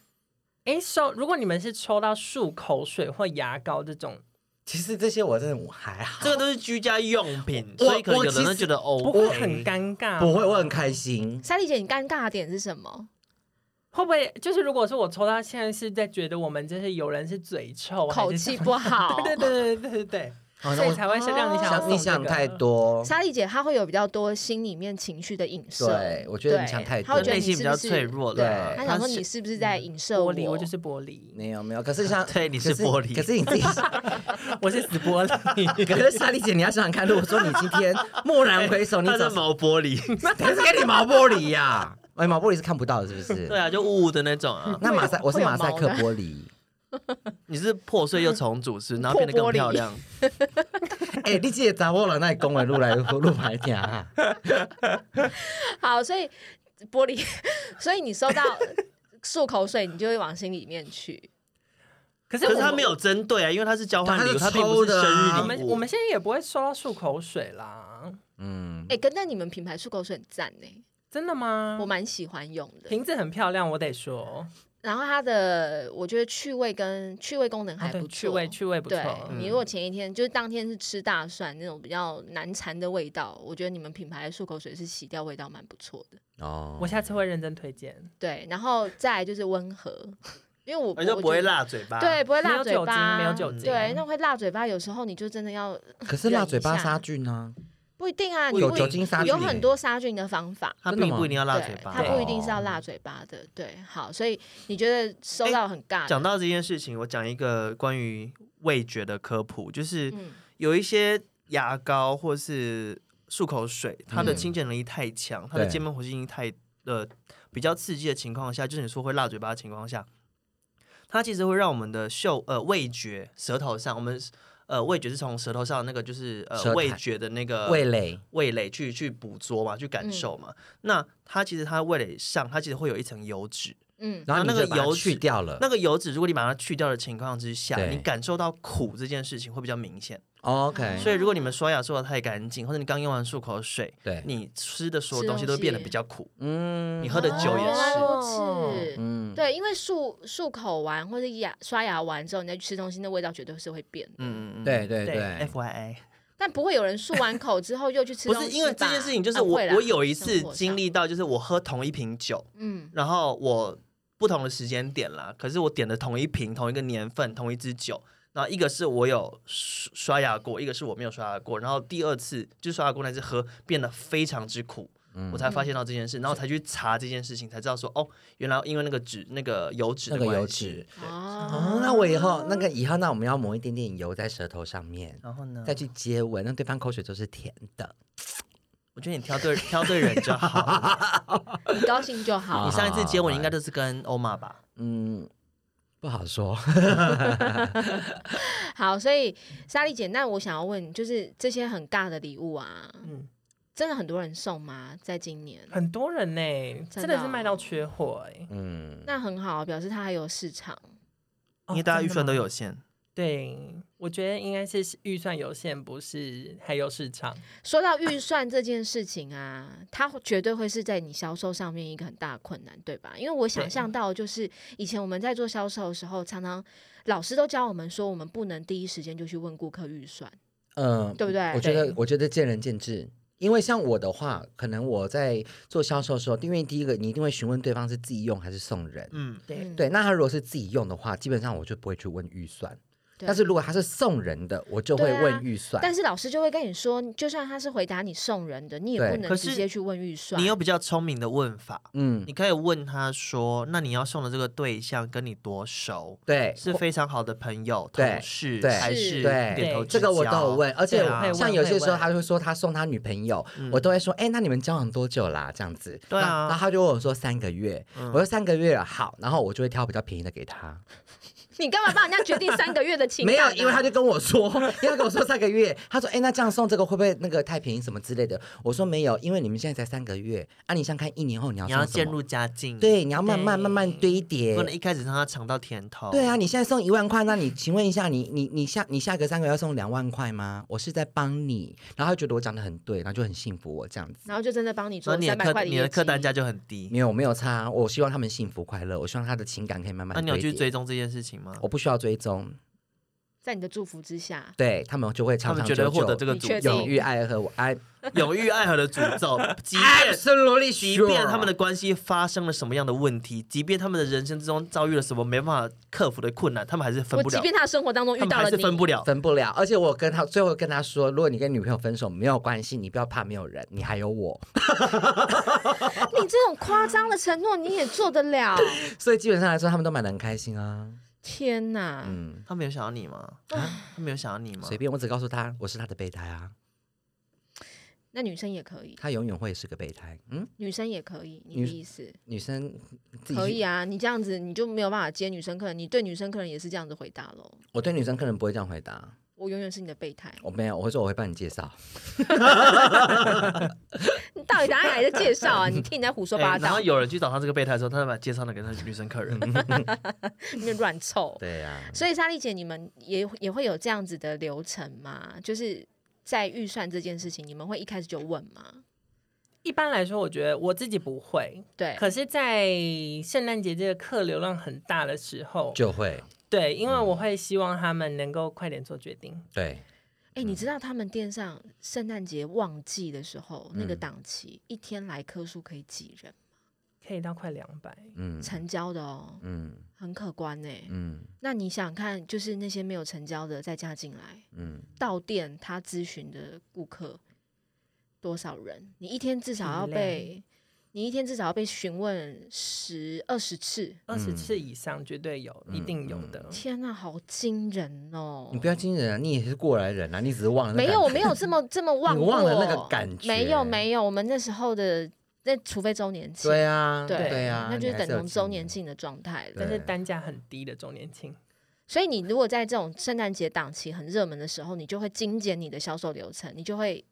Speaker 6: 哎，手，如果你们是抽到漱口水或牙膏这种
Speaker 4: 其实这些我真的我还好，
Speaker 2: 这个都是居家用品，
Speaker 4: 我
Speaker 2: 所以可能
Speaker 4: 我
Speaker 2: 有的
Speaker 4: 其
Speaker 2: 人
Speaker 4: 实
Speaker 2: 觉得哦嗯
Speaker 6: 不
Speaker 2: OK，
Speaker 6: 会很尴尬，
Speaker 4: 不会，我很开心。
Speaker 3: 莎莉姐，你尴尬的点是什么？
Speaker 6: 会不会就是如果说我抽到现在是在觉得我们就是有人是嘴臭，
Speaker 3: 口
Speaker 6: 还是
Speaker 3: 气
Speaker 6: 怎么
Speaker 3: 不 好。
Speaker 6: 对对对对对对
Speaker 4: 好
Speaker 6: 对，所以才会是让哦你想要
Speaker 4: 想你
Speaker 6: 送这
Speaker 4: 想
Speaker 6: 个
Speaker 4: 太
Speaker 2: 哦
Speaker 4: 多，
Speaker 3: 莎莉姐她会有比较多心里面情绪的影射，
Speaker 4: 对我觉得你
Speaker 3: 对
Speaker 4: 想太
Speaker 3: 她会
Speaker 4: 多
Speaker 3: 觉得
Speaker 2: 内心
Speaker 3: 你
Speaker 2: 比
Speaker 3: 是
Speaker 2: 较
Speaker 3: 不是
Speaker 2: 脆弱啊
Speaker 4: 对
Speaker 2: 的。
Speaker 3: 她想说你
Speaker 2: 是
Speaker 3: 是不是在影射
Speaker 6: 嗯玻
Speaker 3: 我？
Speaker 4: 哦
Speaker 6: 璃，我就是玻 璃，
Speaker 4: 没有没有。可是像
Speaker 2: 对你
Speaker 4: 可
Speaker 2: 是玻璃
Speaker 4: 可是你自己，
Speaker 6: 我是死玻璃。
Speaker 4: 可是莎莉姐，你要想想看，如果说你今天蓦然 回首，你
Speaker 2: 它
Speaker 4: 怎
Speaker 2: 是
Speaker 4: 么
Speaker 2: 毛玻璃，
Speaker 4: 谁是给你毛玻璃呀？哎，毛玻璃是看不到的，是不是？
Speaker 2: 对啊，就雾雾的那种啊。
Speaker 4: 那马赛我是
Speaker 3: 会有
Speaker 4: 马赛
Speaker 3: 毛
Speaker 4: 克
Speaker 3: 的
Speaker 4: 玻璃。
Speaker 2: 你是破碎又重组是，然后变得更
Speaker 3: 破玻璃
Speaker 2: 漂亮。
Speaker 4: 哎，你这个查某人那讲话愈来愈愈歹听啊！
Speaker 3: 好，所以玻璃，所以你收 到漱口水，你就会往心里面去。
Speaker 6: 可是
Speaker 2: 可
Speaker 6: 我
Speaker 2: 是他
Speaker 6: 们
Speaker 2: 没有针对啊，因为他是交换礼物，他
Speaker 4: 它是
Speaker 2: 并不
Speaker 4: 抽
Speaker 2: 是
Speaker 4: 的
Speaker 2: 生
Speaker 4: 啊
Speaker 6: 我
Speaker 2: 日
Speaker 6: 们
Speaker 2: 礼物。
Speaker 6: 我们现在也不会收到漱口水啦，
Speaker 4: 嗯
Speaker 3: 哎、，跟但你们品牌漱口水很赞呢、
Speaker 6: 真的吗？
Speaker 3: 我蛮喜欢用的。
Speaker 6: 瓶子很漂亮，我得说，
Speaker 3: 然后它的，我觉得趣味跟趣味功能还
Speaker 6: 啊
Speaker 3: 不
Speaker 6: 对
Speaker 3: 错、
Speaker 6: 趣味趣味不错嗯
Speaker 3: 对。
Speaker 4: 嗯
Speaker 3: 你如果前一天就是当天是吃大蒜那种比较难缠的味道，我觉得你们品牌的漱口水是洗掉味道，蛮不错的。
Speaker 4: 哦
Speaker 6: 我下次会认真推荐。
Speaker 3: 对，然后再来就是温和，因为我
Speaker 2: 而且不
Speaker 3: 我觉
Speaker 2: 会
Speaker 3: 得
Speaker 2: 辣嘴巴。
Speaker 3: 对，，不会
Speaker 6: 没
Speaker 3: 辣
Speaker 6: 有
Speaker 3: 嘴
Speaker 6: 酒
Speaker 3: 巴，
Speaker 6: 精，没有酒精。
Speaker 3: 对，那会辣嘴巴，有时候你就真的要
Speaker 4: 可是
Speaker 3: 忍
Speaker 4: 辣
Speaker 3: 一
Speaker 4: 嘴巴
Speaker 3: 下
Speaker 4: 杀菌呢？
Speaker 3: 不一定啊，你
Speaker 4: 有
Speaker 3: 不一
Speaker 4: 酒精杀菌
Speaker 3: 有
Speaker 4: 欸
Speaker 3: 很多杀菌的方法，
Speaker 2: 他
Speaker 4: 真的
Speaker 2: 并
Speaker 4: 吗
Speaker 2: 不一定要辣
Speaker 3: 对，
Speaker 2: 嘴巴。
Speaker 3: 它不一定是要
Speaker 4: 哦
Speaker 3: 辣嘴巴的，对，好，所以你觉得收到很尬的，
Speaker 2: 讲到这件事情，我讲一个关于味觉的科普，就是
Speaker 3: 嗯
Speaker 2: 有一些牙膏或是漱口水，它的
Speaker 4: 嗯
Speaker 2: 清洁能力太强，它的
Speaker 4: 对
Speaker 2: 界面活性力太呃比较刺激的情况下，就是你说会辣嘴巴的情况下，它其实会让我们的嗅呃味觉舌头上，我们呃味觉是从舌头上那个就是
Speaker 4: 舌
Speaker 2: 呃
Speaker 4: 苔
Speaker 2: 味觉的那个
Speaker 4: 味蕾嗯
Speaker 2: 味蕾去去捕捉嘛，去感受嘛。那它其实它味蕾上，它其实会有一层油脂。
Speaker 3: 嗯，
Speaker 4: 然后
Speaker 2: 啊那
Speaker 4: 你
Speaker 2: 个
Speaker 4: 就把它
Speaker 2: 油
Speaker 4: 去
Speaker 2: 脂
Speaker 4: 掉了
Speaker 2: 那个油脂，如果你把它去掉的情况之下，
Speaker 4: 对
Speaker 2: 你感受到苦这件事情会比较明显。
Speaker 4: 哦，OK，
Speaker 2: 所以，如果你们刷牙刷的太干净，或者你刚用完漱口水，
Speaker 4: 对
Speaker 2: 你吃的所有
Speaker 3: 吃
Speaker 2: 东西
Speaker 3: 东
Speaker 2: 都会变得
Speaker 3: 西
Speaker 2: 比较苦。
Speaker 4: 嗯
Speaker 2: 你喝的酒也
Speaker 3: 哦原来
Speaker 2: 是
Speaker 3: 如此
Speaker 4: 嗯，
Speaker 3: 对，因为漱漱口完或者牙刷牙完之后，你再去吃东西，那味道绝对是会变的。
Speaker 2: 嗯嗯嗯，
Speaker 4: 对对对，
Speaker 2: ，F Y I，
Speaker 3: 但不会有人 漱完口之后又去吃
Speaker 2: 不
Speaker 3: 东西吧。
Speaker 2: 是因为这件事情，就是
Speaker 3: 啊
Speaker 2: 我、
Speaker 3: 会啦
Speaker 2: 我有一次
Speaker 3: 生活上
Speaker 2: 经历到，就是我喝同一瓶酒，
Speaker 3: 嗯
Speaker 2: 然后我不同的时间点啦，可是我点的同一瓶、同一个年份、同一支酒。然后一个是我有刷刷牙过，一个是我没有刷牙过。然后第二次就刷牙过那次喝变得非常之苦，
Speaker 4: 嗯
Speaker 2: 我才发现到这件事，然后才去查这件事情，才知道说哦，原来因为那个脂那个油脂
Speaker 4: 那
Speaker 2: 的
Speaker 4: 个油
Speaker 2: 关
Speaker 4: 脂
Speaker 2: 系。
Speaker 4: 哦
Speaker 3: 哦，，
Speaker 4: 那我以后那个以后那我们要抹一点点油在舌头上面，
Speaker 2: 然后呢，
Speaker 4: 再去接吻，让对方口水都是甜的。
Speaker 2: 我觉得你挑对挑对人就好了。
Speaker 3: 你高兴就好
Speaker 2: 你。上一次接吻应该都是跟欧玛吧？
Speaker 4: 嗯，不好说。
Speaker 3: 好，所以莎莉姐，那我想要问，就是这些很尬的礼物啊，
Speaker 6: 嗯，
Speaker 3: 真的很多人送吗？在今年？
Speaker 6: 很多人呢、
Speaker 3: 真的
Speaker 6: 真的是
Speaker 3: 哦
Speaker 6: 卖到缺货哎、
Speaker 4: 嗯，
Speaker 3: 那很好，表示它还有市场。
Speaker 6: 哦
Speaker 2: 因为大家预算都。
Speaker 6: 真的吗
Speaker 2: 有限，
Speaker 6: 对，我觉得应该是预算有限，不是还有市场。
Speaker 3: 说到预算这件事情啊，它绝对会是在你销售上面一个很大的困难，对吧？因为我想象到，就是以前我们在做销售的时候，常常老师都教我们说，我们不能第一时间就去问顾客预算，
Speaker 4: 嗯，
Speaker 3: 对不对
Speaker 4: 我觉
Speaker 6: 对
Speaker 4: 得，我觉得见仁见智。因为像我的话，可能我在做销售的时候，因为第一个你一定会询问对方是自己用还是送人。
Speaker 2: 嗯，
Speaker 6: 对，
Speaker 4: 对，那他如果是自己用的话，基本上我就不会去问预算。
Speaker 3: 对
Speaker 4: 但是如果他是送人的，我就会
Speaker 3: 对啊
Speaker 4: 问预算。
Speaker 3: 但是老师就会跟你说，就算他是回答你送人的，你也
Speaker 4: 对
Speaker 3: 不能
Speaker 2: 可是
Speaker 3: 直接去问预算。
Speaker 2: 你有比较聪明的问法，
Speaker 4: 嗯
Speaker 2: 你，可以问他说，那你要送的这个对象跟你多熟？
Speaker 4: 对，
Speaker 2: 是非常好的朋友、
Speaker 4: 对
Speaker 2: 同事，
Speaker 4: 对
Speaker 2: 还是
Speaker 3: 是
Speaker 4: 对
Speaker 2: 点头之
Speaker 4: 这个我都
Speaker 2: 交
Speaker 4: 有问，而且
Speaker 2: 对啊嗯
Speaker 6: 会问
Speaker 4: 像有些时
Speaker 6: 会
Speaker 4: 候
Speaker 6: 问
Speaker 4: 他会说他送他女朋友，我都会说，哎，那你们交往多久啦？这样子，
Speaker 2: 对啊嗯
Speaker 4: 然后然后他就问我说三个月，我说三个月了，好，然后我就会挑比较便宜的给他，
Speaker 3: 你干嘛帮人家决定三个月的情
Speaker 4: 没
Speaker 3: 感啊、
Speaker 4: 有，因为他就跟我说， 因为他跟我说三个月，他说，哎，那这样送这个会不会那个太便宜什么之类的？我说没有，因为你们现在才三个月，啊，你想看一年后你要
Speaker 2: 你要
Speaker 4: 送什
Speaker 2: 渐
Speaker 4: 么？
Speaker 2: 入佳境，，
Speaker 4: 对，你要慢慢
Speaker 6: 对
Speaker 4: 慢慢堆叠
Speaker 2: 不。能一开始让他尝到甜头。
Speaker 4: 对啊，，你现在送一万块，那你请问一下，你你你下你下个三个月要送两万块吗？我是在帮你，然后他觉得我讲的很对，然后就很信服我这样子。
Speaker 3: 然后就真的帮你做
Speaker 2: 所以你的
Speaker 3: 三百
Speaker 2: 客
Speaker 3: 块
Speaker 2: 你的
Speaker 3: 业绩
Speaker 2: 客单价就很低
Speaker 4: 没。有，我没有差。我希望他们幸福快乐，我希望他的情感可以慢慢
Speaker 2: 那你有
Speaker 4: 堆
Speaker 2: 去
Speaker 4: 叠。
Speaker 2: 追踪这件事情吗？
Speaker 4: 我不需要追踪，
Speaker 3: 在你的祝福之下，
Speaker 4: 对他们就会
Speaker 2: 他
Speaker 4: 长
Speaker 2: 们
Speaker 4: 长
Speaker 2: 觉
Speaker 4: 久
Speaker 2: 得获得
Speaker 4: 久
Speaker 2: 这个
Speaker 3: 你
Speaker 2: 诅
Speaker 3: 确
Speaker 2: 咒
Speaker 3: 定
Speaker 4: 永浴爱河，我爱
Speaker 2: 永浴爱河的诅咒，即便
Speaker 4: absolutely
Speaker 2: 即便
Speaker 4: sure
Speaker 2: 他们的关系发生了什么样的问题，即便他们的人生之中遭遇了什么没办法克服的困难，他们还是分
Speaker 3: 我
Speaker 2: 不
Speaker 3: 即
Speaker 2: 了，
Speaker 3: 便他的生活当中遇
Speaker 2: 他们
Speaker 3: 到了
Speaker 2: 还是
Speaker 3: 你，
Speaker 2: 分不了。
Speaker 4: 分不了，而且我跟他最后跟他说，如果你跟女朋友分手没有关系，你不要怕没有人，你还有我，
Speaker 3: 你这种夸张的承诺你也做得了？
Speaker 4: 所以基本上来说他们都蛮的很开心啊，
Speaker 3: 天哪！
Speaker 4: 嗯，
Speaker 2: 他没有想要你吗？他没有想要你吗？
Speaker 4: 随便我只告诉他我是他的备胎啊，
Speaker 3: 那女生也可以，
Speaker 4: 他永远会是个备胎，嗯，
Speaker 3: 女生也可以，你
Speaker 4: 女
Speaker 3: 的意思
Speaker 4: 女生自己
Speaker 3: 可
Speaker 4: 去
Speaker 3: 以啊？你这样子你就没有办法接女生客人，你对女生客人也是这样子回答喽。
Speaker 4: 我对女生客人不会这样回答，
Speaker 3: 我永远是你的备胎，
Speaker 2: 哦
Speaker 4: 我没有，我会说我会帮你介绍，
Speaker 3: 你到底哪里来的介绍啊？你听你在胡说
Speaker 2: 哎
Speaker 3: 八
Speaker 2: 然
Speaker 3: 道
Speaker 2: 后，有人去找他这个备胎的时候，他就把介绍了给他的女生客人。
Speaker 3: 你在乱凑。
Speaker 4: 对呀、
Speaker 6: 啊
Speaker 3: 所以莎莉姐，你们也也会有这样子的流程吗？就是在预算这件事情，你们会一开始就问吗？
Speaker 6: 一般来说，我觉得我自己不会，
Speaker 3: 对，
Speaker 6: 可是，在圣诞节这个客流量很大的时候，
Speaker 4: 就会
Speaker 6: 对，因为我会希望他们能够快点做决定。
Speaker 4: 对，
Speaker 3: 哎、你知道他们店上圣诞节旺季的时候，那个
Speaker 4: 嗯
Speaker 3: 档期一天来客数可以几人？
Speaker 6: 可以到快两百，
Speaker 4: 嗯
Speaker 3: 成交的哦，
Speaker 4: 嗯
Speaker 3: 很可观呢、
Speaker 4: 嗯
Speaker 3: 那你想看，就是那些没有成交的再加进来，
Speaker 4: 嗯，
Speaker 3: 到店他咨询的顾客多少人？你一天至少要
Speaker 6: 很
Speaker 3: 被
Speaker 6: 累，
Speaker 3: 你一天至少要被询问十二十次。
Speaker 6: 二十次以上绝对有，一定有的。
Speaker 3: 天呐、好惊人哦！
Speaker 4: 你不要惊人啊，你也是过来人啊，你只是忘了那
Speaker 3: 没有，
Speaker 4: 感
Speaker 3: 我
Speaker 4: 觉
Speaker 3: 没有这么这么忘
Speaker 4: 你
Speaker 3: 过
Speaker 4: 忘了那个感觉
Speaker 3: 没有没有，我们那时候的那除非周年庆，
Speaker 4: 对啊
Speaker 3: 对
Speaker 4: 对啊，
Speaker 3: 那就是
Speaker 4: 你还
Speaker 3: 等
Speaker 4: 是有
Speaker 3: 同周
Speaker 4: 经
Speaker 3: 年
Speaker 4: 验
Speaker 3: 庆的状态了
Speaker 4: 对。
Speaker 6: 但是单价很低的周年庆，
Speaker 3: 所以你如果在这种圣诞节档期很热门的时候，你就会精简你的销售流程，你就会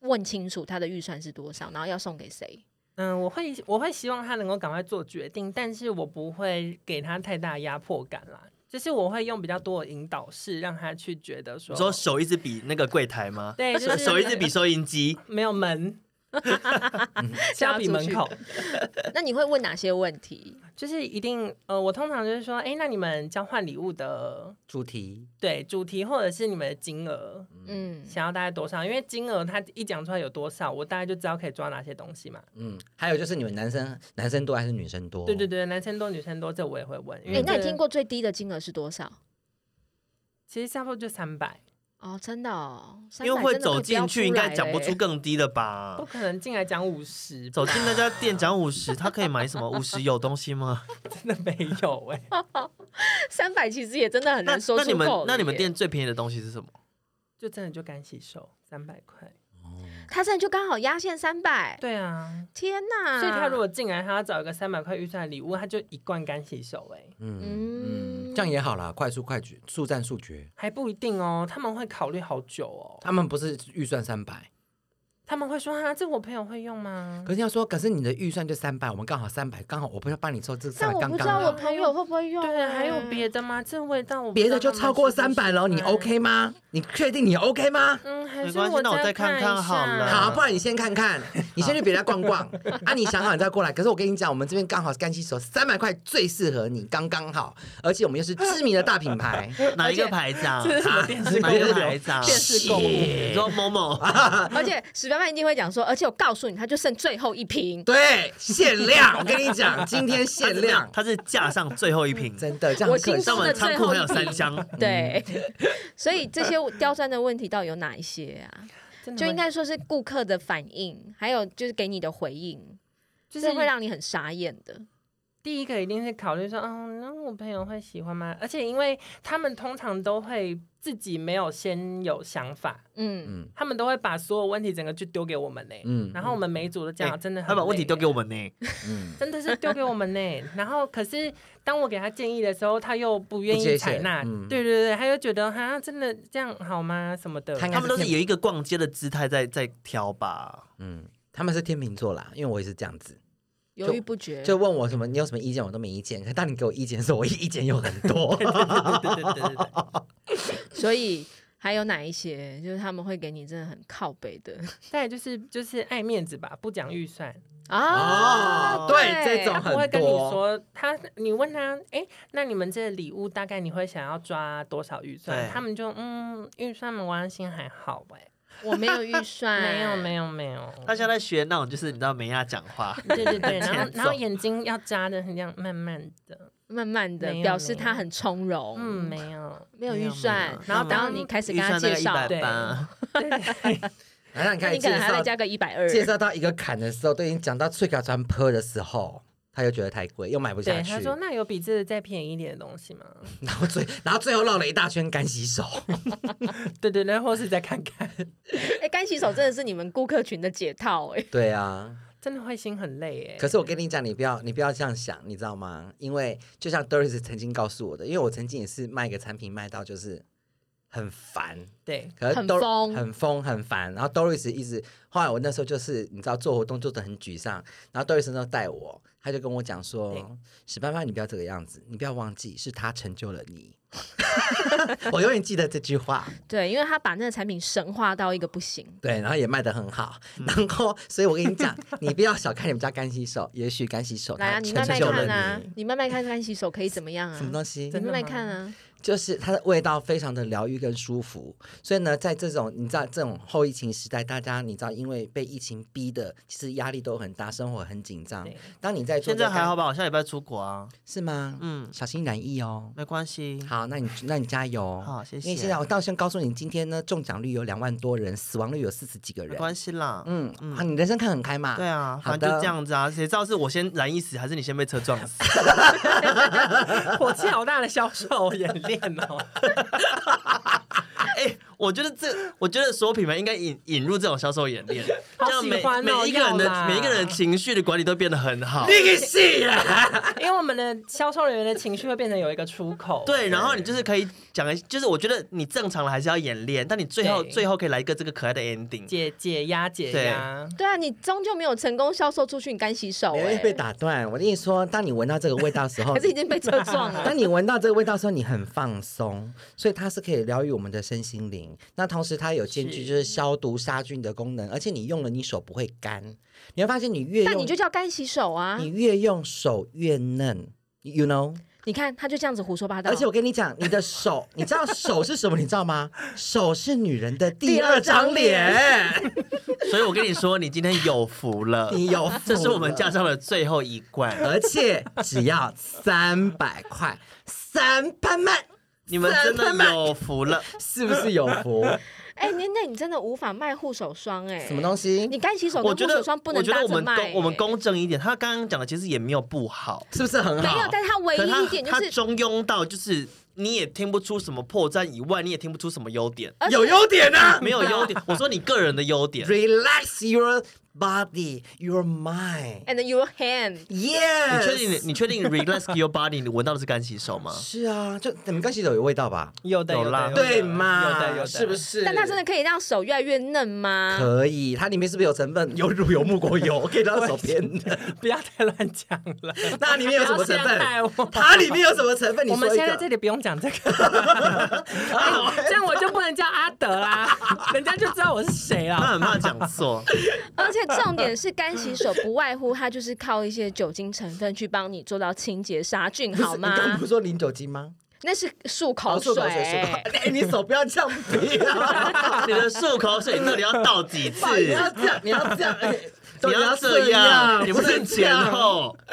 Speaker 3: 问清楚他的预算是多少，然后要送给谁。
Speaker 6: 嗯，我会我会希望他能够赶快做决定，但是我不会给他太大压迫感啦。就是我会用比较多的引导式，让他去觉得说，
Speaker 2: 你说手一直比那个柜台吗？
Speaker 6: 对，就是
Speaker 2: 手一直比收音 机。
Speaker 6: 没有门，是
Speaker 3: 嫁
Speaker 6: 要比
Speaker 3: 出
Speaker 6: 门
Speaker 3: 去
Speaker 6: 口，
Speaker 3: 那你会问哪些问题？
Speaker 6: 就是一定呃，我通常就是说，哎，那你们交换礼物的
Speaker 4: 主题，
Speaker 6: 对主题或者是你们的金额，
Speaker 3: 嗯，
Speaker 6: 想要大概多少？因为金额他一讲出来有多少，我大概就知道可以抓哪些东西嘛。
Speaker 4: 嗯，还有就是你们男生男生多还是女生多？
Speaker 6: 对对对，男生多女生多，这我也会问。因
Speaker 3: 哎、
Speaker 6: 为
Speaker 3: 哦那你
Speaker 6: 这
Speaker 3: 听？过最低的金额是多少？
Speaker 6: 其实差不多就三百，
Speaker 3: 哦，真的、哦，
Speaker 2: 因为
Speaker 3: 300
Speaker 2: 会
Speaker 3: 真的可
Speaker 2: 走
Speaker 3: 以不要
Speaker 2: 进去，
Speaker 3: 出
Speaker 2: 应该
Speaker 3: 来
Speaker 2: 讲不
Speaker 3: 嘞
Speaker 2: 出更低的吧
Speaker 3: 啊
Speaker 6: 不？可能进来欸讲五十，
Speaker 2: 走进那家店讲五十，他可以买什么？五十有东西吗？
Speaker 6: 真的没有哎、
Speaker 3: 三百其实也真的很
Speaker 2: 那
Speaker 3: 难说
Speaker 2: 那
Speaker 3: 出
Speaker 2: 你们
Speaker 3: 口。
Speaker 2: 那你们店，最便宜的东西是 什么？
Speaker 6: 就真的就干洗手三百块。
Speaker 4: 哦
Speaker 3: 他真的就刚好压线三百，
Speaker 6: 对啊，
Speaker 3: 天哪！
Speaker 6: 所以他如果进来，他要找一个三百块预算的礼物，他就一罐干洗手哎、
Speaker 4: 嗯
Speaker 3: 嗯
Speaker 4: 嗯，这样也好啦，快速快决，速战速决。
Speaker 6: 还不一定哦，他们会考虑好久哦，
Speaker 4: 他们不是预算三百，
Speaker 6: 他们会说哈，这我朋友会用吗？
Speaker 4: 可是要说，可是你的预算就三百，我们刚好三百，刚好我不要帮你凑这
Speaker 3: 但
Speaker 4: 三百，
Speaker 3: 我
Speaker 4: 刚
Speaker 3: 不知
Speaker 4: 刚啊
Speaker 3: 道我
Speaker 4: 好。
Speaker 3: 朋友会不会用、
Speaker 6: 对啊，还有
Speaker 3: 哎
Speaker 6: 别的吗？这味道我不
Speaker 4: 别
Speaker 6: 知
Speaker 4: 的
Speaker 6: 道
Speaker 4: 就
Speaker 6: 他们
Speaker 4: 超过
Speaker 6: 喜不
Speaker 4: 三
Speaker 6: 喜
Speaker 4: 百了，你
Speaker 6: 欢
Speaker 4: OK 吗？你确定你 OK 吗？
Speaker 6: 嗯，还
Speaker 2: 没
Speaker 6: 是
Speaker 2: 关系那我
Speaker 6: 再
Speaker 2: 再看
Speaker 6: 看
Speaker 2: 看
Speaker 6: 一
Speaker 2: 好
Speaker 6: 下
Speaker 2: 了
Speaker 4: 好，不然你先看看，你先去别家逛逛啊！你想好你再过来。可是我跟你讲，我们这边刚好干洗手三百块最适合你，刚刚好，而且我们又是知名的大品牌，
Speaker 2: 哪一个牌子啊？
Speaker 6: 这是什么电视
Speaker 2: 哪
Speaker 6: 购
Speaker 2: 一个
Speaker 6: 物？
Speaker 2: 牌 子啊？
Speaker 6: 电视购物，
Speaker 2: 你说某某，
Speaker 3: 而且史班班一定会讲说，而且我告诉你，他就剩最后一瓶。
Speaker 4: 对，限量。我跟你讲，今天限量，
Speaker 2: 它是架上最后一瓶，
Speaker 4: 真的这样
Speaker 3: 我
Speaker 4: 很可
Speaker 3: 心
Speaker 4: 惜
Speaker 2: 但
Speaker 3: 中
Speaker 2: 我
Speaker 3: 的
Speaker 2: 们
Speaker 3: 最
Speaker 2: 仓库
Speaker 3: 后
Speaker 2: 还
Speaker 3: 一
Speaker 2: 有三
Speaker 3: 瓶。
Speaker 2: 箱。哎
Speaker 4: 嗯
Speaker 3: 对，所以这些刁钻的问题到底有哪一些啊？
Speaker 6: 真的
Speaker 3: 就
Speaker 6: 会
Speaker 3: 应该说是顾客的反应，还有就是给你的回应，
Speaker 6: 就是
Speaker 3: 会让你很傻眼的。
Speaker 6: 第一个一定是考虑说，嗯、那我朋友会喜欢吗？而且因为他们通常都会自己没有先有想法，
Speaker 3: 嗯，
Speaker 6: 他们都会把所有问题整个就丢给我们呢、
Speaker 4: 嗯
Speaker 6: 然后我们每一组都
Speaker 2: 哎
Speaker 6: 讲、真的很
Speaker 2: 他把问题
Speaker 6: 累
Speaker 2: 丢
Speaker 6: 耶
Speaker 2: 给我们呢，
Speaker 4: 嗯，
Speaker 6: 真的是丢给我们呢、然后可是当我给他建议的时候，他又不愿
Speaker 4: 不接
Speaker 6: 意采
Speaker 4: 受
Speaker 6: 纳。
Speaker 4: 嗯
Speaker 6: 对对对，他又觉得哈，真的这样好吗？什么的。
Speaker 4: 他应该
Speaker 2: 他们都是
Speaker 4: 天
Speaker 2: 有一个逛街的姿态在在挑吧。
Speaker 4: 嗯，他们是天秤座啦，因为我也是这样子，
Speaker 3: 犹豫不决。
Speaker 4: 就问我什么，你有什么意见，我都没意见。可当你给我意见的时候，我意见有很多。
Speaker 6: 对对对 对对对。
Speaker 3: 所以还有哪一些，就是他们会给你真的很靠北的？
Speaker 6: 哎再来就是就是爱面子吧，不讲预算，
Speaker 3: 啊，
Speaker 4: 哦，对，这种
Speaker 6: 他不会
Speaker 4: 很
Speaker 6: 跟你
Speaker 4: 多。
Speaker 6: 说，他你问他，哎、那你们这礼物大概你会想要抓多少预算？
Speaker 2: 对
Speaker 6: 他们就嗯，预算没关系，还好哎、
Speaker 3: 我没有预算，
Speaker 6: 没有没有没有，
Speaker 2: 他现在在学那种就是你知道美亚讲话，
Speaker 6: 对对对，然后
Speaker 2: 欠揍
Speaker 6: 然后眼睛要眨的很这样，慢慢的，
Speaker 3: 慢慢的
Speaker 6: 没有
Speaker 3: 表示
Speaker 6: 没有
Speaker 3: 他很从容，
Speaker 6: 嗯，没有，
Speaker 3: 没有预算，
Speaker 6: 然后
Speaker 3: 然
Speaker 4: 啊
Speaker 3: 后
Speaker 6: 当
Speaker 3: 你
Speaker 4: 嗯
Speaker 3: 开始
Speaker 2: 预
Speaker 3: 跟他
Speaker 2: 算那
Speaker 3: 介
Speaker 2: 个一
Speaker 3: 绍，
Speaker 2: 百
Speaker 6: 对
Speaker 2: 八，
Speaker 4: 来让
Speaker 3: 那
Speaker 4: 你看
Speaker 3: 你可
Speaker 4: 介
Speaker 3: 能还要再
Speaker 4: 绍
Speaker 3: 加个一百二，
Speaker 4: 介绍到一个坎的时候，都已经讲到翠卡川坡的时候，他又觉得太贵，又买不下
Speaker 6: 对，
Speaker 4: 去
Speaker 6: 他。说那有比这个再便宜一点的东西吗？
Speaker 4: 然后最然后最后绕了一大圈干洗 手，
Speaker 6: 对对对，或是再看看，
Speaker 3: 哎，干洗手真的是你们顾客群的解套哎、
Speaker 4: 对啊。
Speaker 6: 真的会心很累哎。
Speaker 4: 可是我跟你讲，你不要你不要这样想，你知道吗？因为就像 Doris 曾经告诉我的，因为我曾经也是卖一个产品卖到就是很烦，
Speaker 6: 对，
Speaker 4: 可是
Speaker 3: 很
Speaker 4: Dor-
Speaker 3: 疯
Speaker 4: 很疯很烦。然后 Doris 一直，后来我那时候就是你知道做活动做的很沮丧，然后 Doris 那时候带我，他就跟我讲
Speaker 6: 对
Speaker 4: 说：“史班班，你不要这个样子，你不要忘记是他成就了你。” 我永远记得这句话，
Speaker 3: 对，因为他把那个产品神化到一个不行，
Speaker 4: 对，然后也卖得很好，
Speaker 3: 嗯
Speaker 4: 然后，所以我跟你讲，你不要小看你们家干洗手，也许干洗手
Speaker 3: 来啊，
Speaker 4: 它
Speaker 3: 你
Speaker 4: 哦成
Speaker 3: 慢慢
Speaker 4: 就
Speaker 3: 看啊
Speaker 4: 了你，
Speaker 3: 你慢慢看干洗手可以怎么样啊？
Speaker 4: 什么东西
Speaker 3: 你？慢慢
Speaker 6: 真的吗
Speaker 3: 看啊，
Speaker 4: 就是它的味道非常的疗愈跟舒服，所以呢，在这种你知道这种后疫情时代，大家你知道因为被疫情逼的，其实压力都很大，生活很紧张
Speaker 6: 对。
Speaker 4: 当你在做
Speaker 2: 现
Speaker 4: 这
Speaker 2: 在
Speaker 4: 个
Speaker 2: 还好吧？我下礼拜出国啊，
Speaker 4: 是吗？
Speaker 2: 嗯，
Speaker 4: 小心染疫哦。
Speaker 2: 没关系。
Speaker 4: 好，那你那你加油。哦
Speaker 2: 好谢谢
Speaker 4: 因为现在我到先告诉你，今天呢中奖率有两万多人，死亡率有四十几个
Speaker 2: 没
Speaker 4: 人。
Speaker 2: 关系啦，
Speaker 4: 嗯，啊，你人生看很开嘛。
Speaker 2: 对啊，
Speaker 4: 好
Speaker 2: 反
Speaker 4: 的
Speaker 2: 正就这样子啊，谁知道是我先燃一死，还是你先被车撞死？
Speaker 6: 火气好大的销售演练 哦。
Speaker 2: 哎、我觉得这，我觉得所有品牌应该引引入这种销售演 练，
Speaker 6: 好
Speaker 2: 这样每
Speaker 6: 喜欢哦
Speaker 2: 每一个人
Speaker 6: 要
Speaker 2: 的
Speaker 6: 啦
Speaker 2: 每一个人的情绪的管理都变得很 好。
Speaker 4: 你个戏啊！
Speaker 6: 因为我们的销售人员的情绪会变成有一个出口。
Speaker 2: 对，然后你就是可以讲，就是我觉得你正常的还是要演练，但你最后
Speaker 6: 对
Speaker 2: 最后可以来一个这个可爱的 ending。
Speaker 6: 解解压解压，
Speaker 3: 对啊，你终究没有成功销售出去你干洗手、
Speaker 4: 我
Speaker 3: 欸，
Speaker 4: 会被打断。我跟你说，当你闻到这个味道的时 候
Speaker 3: 还，是已经被车撞 了。
Speaker 4: 当你闻到这个味道的时候，你很放松，所以它是可以疗愈我们的身心灵。那同时它有兼具就是消毒杀菌的功能，而且你用了你手不会干，你会发现你越
Speaker 3: 但
Speaker 4: 用
Speaker 3: 你就叫干洗手啊！
Speaker 4: 你
Speaker 3: 你
Speaker 4: 越用手越嫩。You know，
Speaker 3: 看他就这样子胡说八道，
Speaker 4: 而且我跟你讲，你的手，你知道手是什么？你知道 吗？手是女人的第二张脸。
Speaker 2: 所以我跟你说，你今天有福 了，
Speaker 4: 你有福了
Speaker 2: 这是我们驾照的最后一罐。
Speaker 4: 而且只要三百块，三百万，
Speaker 2: 你们真的有福了，
Speaker 4: 是不是有福？
Speaker 3: 哎、那那你真的无法卖护手霜哎、
Speaker 4: 什么东西
Speaker 3: 你？干洗手
Speaker 2: 我
Speaker 3: 跟
Speaker 2: 觉
Speaker 3: 护
Speaker 2: 得
Speaker 3: 手霜不
Speaker 2: 我
Speaker 3: 能
Speaker 2: 觉得
Speaker 3: 搭
Speaker 2: 我
Speaker 3: 着
Speaker 2: 们
Speaker 3: 卖、
Speaker 2: 公
Speaker 3: 欸。
Speaker 2: 我们公正一点，他刚刚讲的其实也没有不好，
Speaker 4: 是不是很
Speaker 3: 没
Speaker 4: 好？
Speaker 3: 有，但他唯
Speaker 2: 可是他
Speaker 3: 一一点就
Speaker 2: 他
Speaker 3: 是
Speaker 2: 中庸到就是你也听不出什么破绽以外，你也听不出什么优点，
Speaker 3: 而且
Speaker 4: 有优点啊
Speaker 2: 没有优点。我说你个人的优点，
Speaker 4: ！Relax your body, your mind.
Speaker 3: and your hand，
Speaker 2: 你
Speaker 4: Yes，
Speaker 2: 确定你你确定 relax your body，你闻到的是干洗手吗？
Speaker 4: 是啊，就你们干洗手有味道吧？
Speaker 6: 有的
Speaker 2: 有
Speaker 6: 有
Speaker 2: 啦
Speaker 6: 的，有的
Speaker 4: 对嘛？
Speaker 6: 有的有的，
Speaker 4: 是不？是？
Speaker 3: 但它真的可以让手越来越嫩吗？
Speaker 4: 可以，它里面是不是有成分？有乳油木果油，可以让手变嫩。
Speaker 6: 不要再乱讲了。
Speaker 4: 那里面有什么成
Speaker 6: 不要伤害我
Speaker 4: 分？它里面有什么成分？你
Speaker 6: 我们
Speaker 4: 说一
Speaker 6: 现在在这
Speaker 4: 个。
Speaker 6: 里不用讲 这个，哎这样我就不能叫阿德啦，人家就知道我是谁
Speaker 3: 啊
Speaker 2: 他
Speaker 6: 了。
Speaker 2: 很怕讲 错，
Speaker 3: 而且重点是干洗手不外乎它就是靠一些酒精成分去帮你做到清洁杀菌，好
Speaker 4: 你刚
Speaker 3: 吗
Speaker 4: 不？是说零酒精吗？
Speaker 3: 那是漱
Speaker 4: 好
Speaker 6: 哦
Speaker 2: 哦
Speaker 3: 口
Speaker 4: 漱口水，漱口。哎，你手不要这样比 啊！
Speaker 2: 你的漱口水到底要倒几次？
Speaker 4: 你要这样，你要这样，哎
Speaker 2: 你要这样，你不是前。后。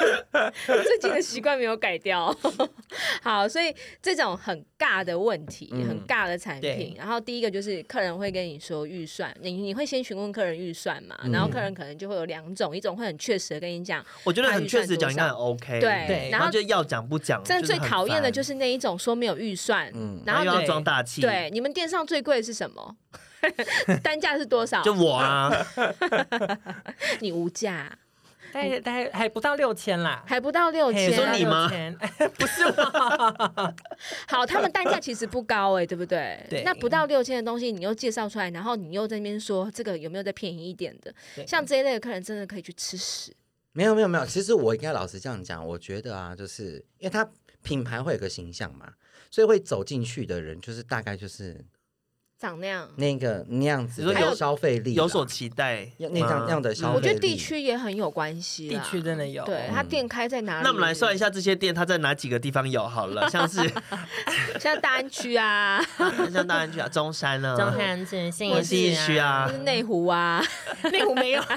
Speaker 3: 最近的习惯没有改掉。 好，所以这种很尬的问题，
Speaker 4: 嗯
Speaker 3: 很尬的产品
Speaker 6: 对，
Speaker 3: 然后第一个就是客人会跟你说预算，你你会先询问客人预算嘛，
Speaker 4: 嗯
Speaker 3: 然后客人可能就会有两种，一种会很确实的跟你讲，
Speaker 2: 我觉得很确实
Speaker 3: 他
Speaker 2: 讲
Speaker 3: 预算多少
Speaker 2: 应该很 OK，
Speaker 3: 对
Speaker 6: 对
Speaker 2: 然
Speaker 3: 然后
Speaker 2: 后就要讲不讲，
Speaker 3: 真的最
Speaker 2: 很
Speaker 3: 讨厌的
Speaker 2: 烦
Speaker 3: 就是那一种说没有预算，
Speaker 4: 嗯
Speaker 3: 然后
Speaker 2: 又
Speaker 3: 你
Speaker 2: 要装大气，，
Speaker 3: 对你们电商最贵的是什么？ 单价是多少？
Speaker 2: 就我啊，
Speaker 3: 你无价，
Speaker 6: 大概大概还不到六千啦。
Speaker 3: 还不到六
Speaker 6: 嘿
Speaker 2: 你
Speaker 3: 千
Speaker 2: 说。你吗？
Speaker 6: 不到6000哎不是我，
Speaker 3: 好，他们单价其实不高哎、对 不对？
Speaker 6: 对
Speaker 3: 那不到六千的东西，你又介绍出来，然后你又在那边说这个有没有再便宜一点的？
Speaker 6: 对
Speaker 3: 像这一类的客人，真的可以去吃屎。
Speaker 4: 没有没有没有，其实我应该老实这样讲，我觉得啊，就是因为它品牌会有个形象嘛，所以会走进去的人就是大概就是
Speaker 3: 长那样。
Speaker 4: 那个那样子
Speaker 2: 你说
Speaker 4: 的
Speaker 3: 有
Speaker 4: 消费力啦，
Speaker 2: 有所期待嗯
Speaker 4: 要那样那样
Speaker 2: 的。
Speaker 4: 的消费力，
Speaker 3: 我觉得地区也很有关系
Speaker 6: 地
Speaker 3: 啦，
Speaker 6: 区真的有，
Speaker 4: 啊
Speaker 3: 对它店开在哪里？
Speaker 2: 嗯那我们来算一，下这些店，它在哪几个地方有好了，像是
Speaker 3: 像大安区啊，
Speaker 2: 像大安区啊、中山啊、
Speaker 6: 中山区、信
Speaker 2: 文
Speaker 6: 义
Speaker 2: 西区，啊
Speaker 3: 就，是内 湖啊，内湖没有啊，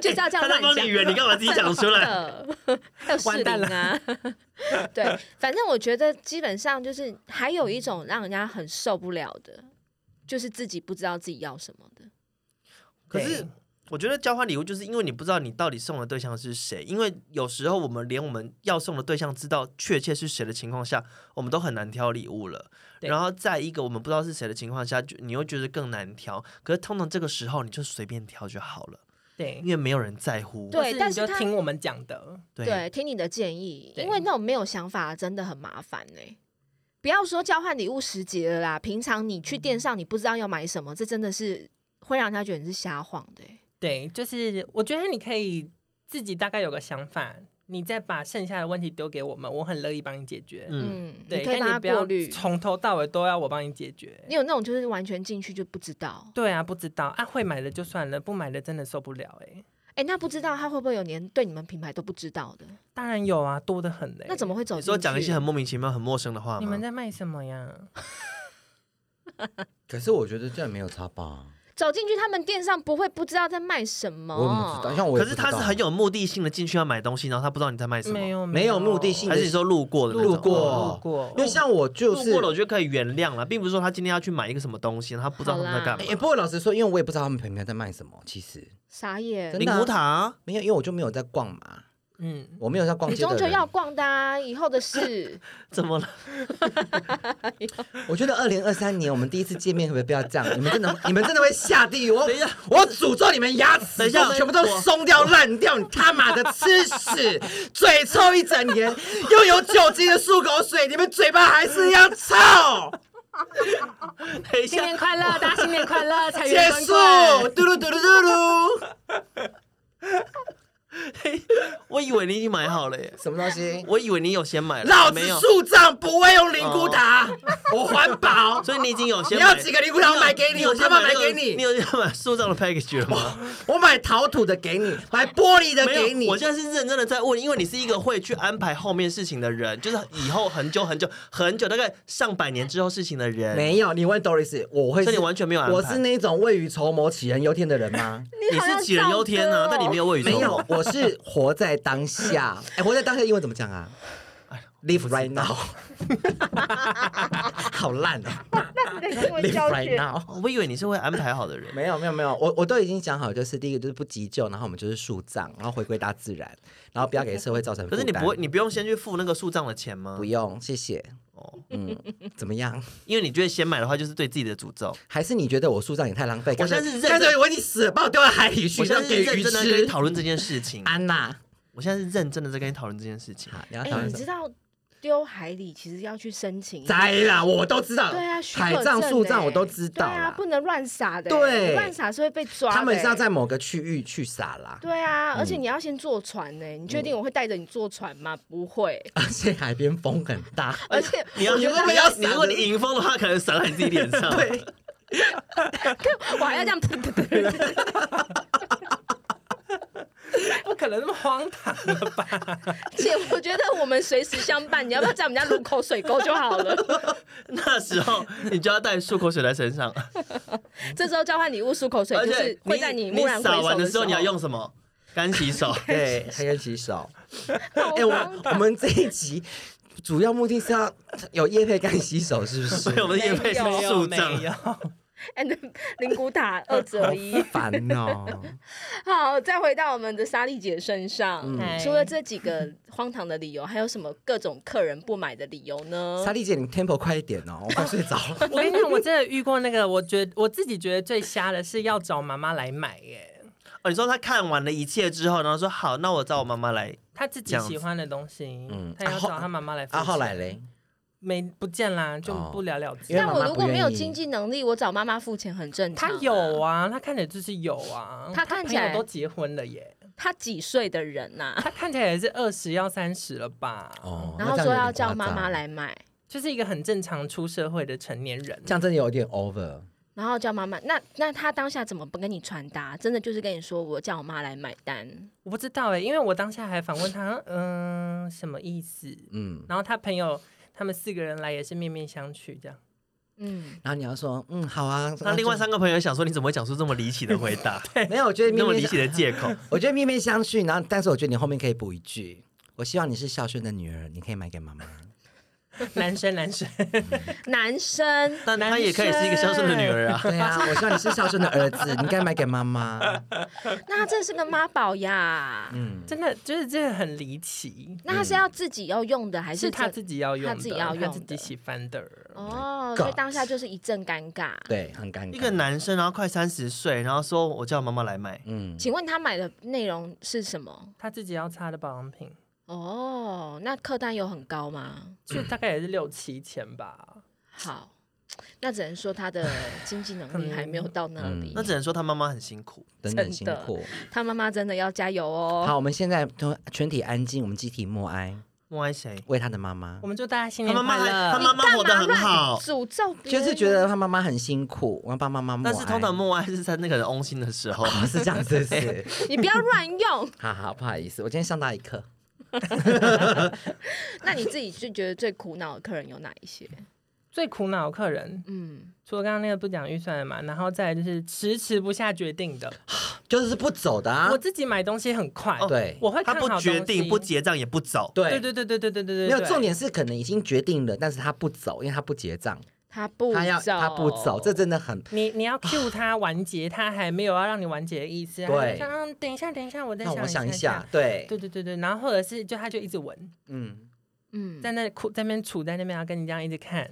Speaker 3: 就是要这
Speaker 2: 他
Speaker 3: 样
Speaker 2: 在
Speaker 3: 乱
Speaker 2: 帮
Speaker 3: 讲
Speaker 2: 你。圆，你干嘛自己讲出来？
Speaker 3: 的， 还有
Speaker 6: 完
Speaker 3: 士
Speaker 6: 蛋
Speaker 3: 林啊， 对，反正我觉得基本上就是还有一种让人家很受不了的，就是自己不知道自己要什么的。
Speaker 2: 可
Speaker 6: 对
Speaker 2: 是我觉得交换礼物就是因为你不知道你到底送的对象是谁，因为有时候我们连我们要送的对象知道确切是谁的情况下，我们都很难挑礼物了。
Speaker 6: 对
Speaker 2: 然后在一个我们不知道是谁的情况下，就你又觉得更难挑。可是通常这个时候你就随便挑就好了，
Speaker 6: 对
Speaker 2: 因为没有人在乎。
Speaker 3: 对
Speaker 6: 或你
Speaker 3: 但是
Speaker 6: 就
Speaker 3: 它
Speaker 6: 听我们讲的，
Speaker 2: 对
Speaker 3: 对，听你的建议，
Speaker 6: 对
Speaker 3: 因为那种没有想法真的很麻烦呢、不要说交换礼物时节了啦，平常你去店上你不知道要买什么，这真的是会让人家觉得你是瞎晃的欸、
Speaker 6: 对，就是我觉得你可以自己大概有个想法，你再把剩下的问题丢给我们，我很乐意帮你解决。
Speaker 2: 嗯，
Speaker 3: 嗯，
Speaker 6: 对，
Speaker 3: 你可以
Speaker 6: 但
Speaker 3: 帮他
Speaker 6: 不要
Speaker 3: 过滤。
Speaker 6: 从头到尾都要我帮你解决。
Speaker 3: 你有那种就是完全进去就不知道，
Speaker 6: 对啊，不知道啊，会买的就算了，不买的真的受不了哎、
Speaker 3: 哎，那不知道他会不会有连对你们品牌都不知道的？
Speaker 6: 当然有啊，多的很嘞、
Speaker 3: 那怎么会走
Speaker 2: 你
Speaker 3: 进去？
Speaker 2: 说讲一些很莫名其妙、很陌生的话
Speaker 6: 你们
Speaker 2: 吗？
Speaker 6: 在卖什么呀？
Speaker 4: 可是我觉得这样没有差吧，
Speaker 3: 走进去他们店上不会不知道在卖什么，
Speaker 4: 我也不知道，像我也
Speaker 2: 哦可
Speaker 4: 不
Speaker 2: 是
Speaker 4: 知道
Speaker 2: 他是很有目的性的进去要买东西，然后他不知道你在卖什
Speaker 6: 没
Speaker 2: 么，
Speaker 6: 有，
Speaker 4: 没有目的性
Speaker 2: 还是你说路过的那种嗯
Speaker 4: 路过
Speaker 6: 路过
Speaker 4: 因，为像我就是
Speaker 2: 路过了，我觉得可以原谅了，并不是说他今天要去买一个什么东西，然后他不知道他们在干嘛
Speaker 4: 也。不过老实说，因为我也不知道他们平台在卖什么，其实
Speaker 3: 傻眼
Speaker 4: 真。
Speaker 2: 灵
Speaker 4: 的啊
Speaker 2: 骨塔啊。
Speaker 4: 没有，因为我就没有在逛嘛，
Speaker 6: 嗯，
Speaker 4: 我没有在逛
Speaker 3: 你
Speaker 4: 街的
Speaker 3: 终
Speaker 4: 人。
Speaker 3: 究要逛的啊，以后的事。
Speaker 2: 怎么了？
Speaker 4: 我觉得二零二三年我们第一次见面，可不可以不要这样？你们真的，你们真的会下地狱！我
Speaker 2: 等一下
Speaker 4: 我诅咒你们牙齿，
Speaker 2: 等一下
Speaker 4: 全部都松掉、烂掉！你他妈的吃屎，嘴臭一整年，又有酒精的漱口水，你们嘴巴还是一样臭。
Speaker 2: 等一
Speaker 6: 新
Speaker 2: 下，
Speaker 6: 年快乐，大家新年快 乐，财
Speaker 4: 结
Speaker 6: 源
Speaker 4: 束
Speaker 6: 滚滚，
Speaker 4: 嘟噜嘟噜嘟 噜，
Speaker 2: 我以为你已经买好了耶，
Speaker 4: 什么东西？
Speaker 2: 我以为你有先买了，
Speaker 4: 老子
Speaker 2: 没有，
Speaker 4: 树葬不会用灵骨塔，我环保。
Speaker 2: 哦所以你已经有先
Speaker 4: 你
Speaker 2: 买。
Speaker 4: 要几个灵骨塔，我买给
Speaker 2: 你
Speaker 4: 你，
Speaker 2: 有
Speaker 4: 我他
Speaker 2: 先
Speaker 4: 妈
Speaker 2: 买
Speaker 4: 买
Speaker 2: 那
Speaker 4: 给
Speaker 2: 个
Speaker 4: 你
Speaker 2: 你。有先买树葬的 package 了 吗？
Speaker 4: 我买陶土的给你，买玻璃的
Speaker 2: 没
Speaker 4: 给
Speaker 2: 有，
Speaker 4: 你。
Speaker 2: 我现在是认真的在问，因为你是一个会去安排后面事情的人，就是以后很久很久很久，大概上百年之后事情的人。
Speaker 4: 没有，你问 Doris，我会是，
Speaker 2: 呃所以你完全没有安排
Speaker 4: 我是那种未雨绸缪、杞人忧天的人吗？
Speaker 2: 你
Speaker 3: 好像
Speaker 2: 是杞人忧天呐、
Speaker 3: 赵哥哦
Speaker 2: 但你没有未雨绸
Speaker 4: 没
Speaker 2: 缪
Speaker 4: 有，我是活在 当下。哎、活在当下英文怎么讲啊？Live
Speaker 2: 哎
Speaker 4: right now，好烂啊！Live right now。
Speaker 2: 我以为你是会安排好的人。
Speaker 4: 没有没有没有，我我都已经讲好，就是第一个就是不急救，然后我们就是树葬，然后回归大自然，然后不要给社会造成负
Speaker 2: 可
Speaker 4: 担。
Speaker 2: 是你不会，你不用先去付那个树葬的钱吗
Speaker 4: 不？用，谢谢。
Speaker 2: 哦，
Speaker 4: 嗯，怎么样？
Speaker 2: 因为你觉得先买的话就是对自己的诅咒。
Speaker 4: 还是你觉得我树葬也太浪费？
Speaker 2: 我现在是认真
Speaker 4: 干脆我你死了，把我丢到海里去，
Speaker 2: 我现在
Speaker 4: 让
Speaker 2: 是
Speaker 4: 给
Speaker 2: 认
Speaker 4: 鱼
Speaker 2: 真的跟你
Speaker 4: 吃。
Speaker 2: 讨论这件事情。
Speaker 4: 安娜，
Speaker 2: 我现在是认真的在嗯啊跟你讨论这件事情。
Speaker 4: 好，你要
Speaker 3: 哎
Speaker 4: 讨，论
Speaker 3: 你
Speaker 4: 啊什
Speaker 3: 知
Speaker 4: 么？
Speaker 3: 道丢海里其实要去申请一个，
Speaker 4: 栽啦，我都知道。
Speaker 3: 对啊，许
Speaker 4: 海
Speaker 3: 可
Speaker 4: 葬、
Speaker 3: 证
Speaker 4: 树葬
Speaker 3: 欸
Speaker 4: 我都知道
Speaker 3: 对啊，
Speaker 4: 啦。
Speaker 3: 不能乱撒的欸，
Speaker 4: 对
Speaker 3: 乱撒是会被抓的欸。
Speaker 4: 他们是要在嗯某个区域去撒啦，
Speaker 3: 对啊，而且你要先坐船呢，你
Speaker 4: 嗯
Speaker 3: 确定我会带着你坐船吗？不 会，
Speaker 4: 而且海边风很 大。
Speaker 3: 而且
Speaker 2: 你要
Speaker 4: 我觉得
Speaker 2: 你
Speaker 4: 不要
Speaker 2: 你如
Speaker 4: 闪
Speaker 2: 果
Speaker 4: 的
Speaker 2: 你迎风的话，可能闪到你自己脸上。
Speaker 4: 对，
Speaker 3: 我还要这样噗噗
Speaker 4: 啊
Speaker 3: 噗噗，
Speaker 6: 不可能那么荒唐了吧？
Speaker 3: 姐，我觉得我们随时相伴，你要不要在我们家路口水沟就好 了？
Speaker 2: 那时候你就要带漱口水在身上，
Speaker 3: 这时候交换礼物漱口水，
Speaker 2: 而
Speaker 3: 就
Speaker 2: 且
Speaker 3: 是会在
Speaker 2: 你
Speaker 3: 蓦然回
Speaker 2: 撒
Speaker 3: 首
Speaker 2: 完
Speaker 3: 的
Speaker 2: 时候你要用什么？干洗手。
Speaker 4: 对，还跟 洗手。
Speaker 3: 好
Speaker 4: 哎，我我们这一集主要目的是要有叶配干洗手，是不
Speaker 2: 所以我们
Speaker 4: 是？
Speaker 2: 的叶配是
Speaker 3: 没
Speaker 2: 树葬。
Speaker 3: and 灵骨塔二择一。
Speaker 4: 烦 哦，
Speaker 3: 好，再回到我们的莎莉姐身上，
Speaker 6: 嗯
Speaker 3: 除了这几个荒唐的理由，还有什么各种客人不买的理由呢
Speaker 4: 莎？莉姐，你 tempo 快一点哦，我快睡着 了。
Speaker 6: 我跟你讲，我真的遇过那个，我觉得我自己觉得最瞎的是要找妈妈来买耶，
Speaker 2: 哦，你说他看完了一切之后，然后说好，那我找我妈妈来。
Speaker 6: 他自己喜欢的东西，
Speaker 4: 嗯
Speaker 6: 他要找他妈妈来付钱。
Speaker 4: 啊，后来嘞，
Speaker 6: 没不见啦，就
Speaker 4: 哦
Speaker 6: 不了了
Speaker 4: 因
Speaker 6: 之
Speaker 4: 为。
Speaker 3: 但
Speaker 4: 妈
Speaker 3: 我
Speaker 4: 妈
Speaker 3: 如果
Speaker 4: 不愿
Speaker 3: 没有
Speaker 4: 意
Speaker 3: 经济能力，我找妈妈付钱很正常、
Speaker 6: 他有，啊，他看起来就是有啊，
Speaker 3: 他看起来
Speaker 6: 朋友都结婚了耶，
Speaker 3: 他几岁的人呐、
Speaker 6: 他看起来也是二十要三十了吧？
Speaker 4: 哦，
Speaker 3: 然后说要叫妈妈
Speaker 4: 来。
Speaker 3: 来买，
Speaker 6: 就是一个很正常出社会的成年人。
Speaker 4: 这样真的有点 over。
Speaker 3: 然后叫妈妈，那那他当下怎么不跟你传达？真的就是跟你说，我叫我妈来买单。
Speaker 6: 我不知道哎、因为我当下还反问他，嗯、什么意思？
Speaker 4: 嗯，
Speaker 6: 然后他朋友他们四个人来也是面面相觑，这样
Speaker 3: 嗯，
Speaker 4: 然后你要说，嗯，好啊。
Speaker 2: 那另外
Speaker 4: 就
Speaker 2: 三个朋友想说，你怎么会讲出这么离奇的回答，
Speaker 4: 没有，我觉得
Speaker 2: 那
Speaker 4: 面
Speaker 2: 么
Speaker 4: 面
Speaker 2: 离
Speaker 4: 相
Speaker 2: 奇的借口？
Speaker 4: 我觉得面面相觑，然后但是我觉得你后面可以补一句，我希望你是孝顺的女儿，你可以买给妈妈。
Speaker 6: 男生男生，
Speaker 3: 男生
Speaker 2: 但她也可以是一个孝顺的女儿啊。
Speaker 4: 对啊，我希望你是孝顺的儿子，你该买给妈妈。
Speaker 3: 那他真的是个妈宝呀。
Speaker 4: 嗯，
Speaker 6: 真的就是这个很离奇，
Speaker 3: 那他是要自己要用的，还
Speaker 6: 是
Speaker 3: 他
Speaker 6: 他自己要用的，
Speaker 3: 他自己要用的
Speaker 6: 他自己喜欢的。
Speaker 3: 哦，
Speaker 4: God
Speaker 3: 所以当下就是一阵尴尬。
Speaker 4: 对，很尴尬。
Speaker 2: 一个，男生，然后快三十岁，然后说我叫妈妈来买，
Speaker 4: 嗯，
Speaker 3: 请问他买的内容是什么？
Speaker 6: 他自己要擦的保 养品，
Speaker 3: 哦，那客单有很高吗？
Speaker 6: 就大概也是六七千吧。
Speaker 3: 好，那只能说他的经济能力还没有到那
Speaker 4: 嗯
Speaker 3: 里。
Speaker 2: 那只能说她妈妈很辛苦。
Speaker 4: 真的很辛苦。
Speaker 3: 他妈妈真的要加油哦。
Speaker 4: 好，我们现在都全体安静，我们集体默哀，
Speaker 2: 默哀谁？
Speaker 4: 为他的妈妈
Speaker 6: 我。们祝大家新
Speaker 2: 她
Speaker 6: 年
Speaker 2: 妈
Speaker 6: 快
Speaker 2: 妈还，
Speaker 6: 乐！
Speaker 2: 她妈妈活得很好，
Speaker 3: 诅咒别
Speaker 4: 就
Speaker 3: 人
Speaker 4: 是觉得他妈妈很辛苦，我要帮妈妈默哀。
Speaker 2: 但是通常默哀是在那个人翁心的 时候。
Speaker 4: 哦是这样，是不是？
Speaker 3: 你不要乱用。
Speaker 4: 好好，不好意思，我今天上到一课。
Speaker 3: 那你自己就觉得最苦恼的客人有哪一 些？
Speaker 6: 最苦恼的客人，
Speaker 3: 嗯，
Speaker 6: 除了刚刚那个不讲预算的嘛，然后再来就是迟迟不下决定的。
Speaker 4: 就是不走的啊
Speaker 6: 我。自己买东西很快，
Speaker 4: 对
Speaker 6: 我会
Speaker 2: 她
Speaker 6: 看好
Speaker 2: 不
Speaker 6: 东西
Speaker 2: 决定，不。结账也不走。
Speaker 6: 对对对对对对对对，
Speaker 4: 没有
Speaker 6: 对
Speaker 4: 重点是可能已经决定了，但是他不走，因为他不结账，
Speaker 3: 他不
Speaker 4: 他要
Speaker 3: 走，
Speaker 4: 他不走，这真的很
Speaker 6: 你你要 cue 他完结，他还没有要让你完结的意思。
Speaker 4: 对
Speaker 6: 他就想嗯等一下，等一下，我再
Speaker 4: 让我想
Speaker 6: 一
Speaker 4: 一下。。对，
Speaker 6: 对对对对，然后或者是就他就一直闻，
Speaker 4: 嗯，
Speaker 3: 嗯，
Speaker 6: 在那哭在那边杵在那边，要跟你这样一直看。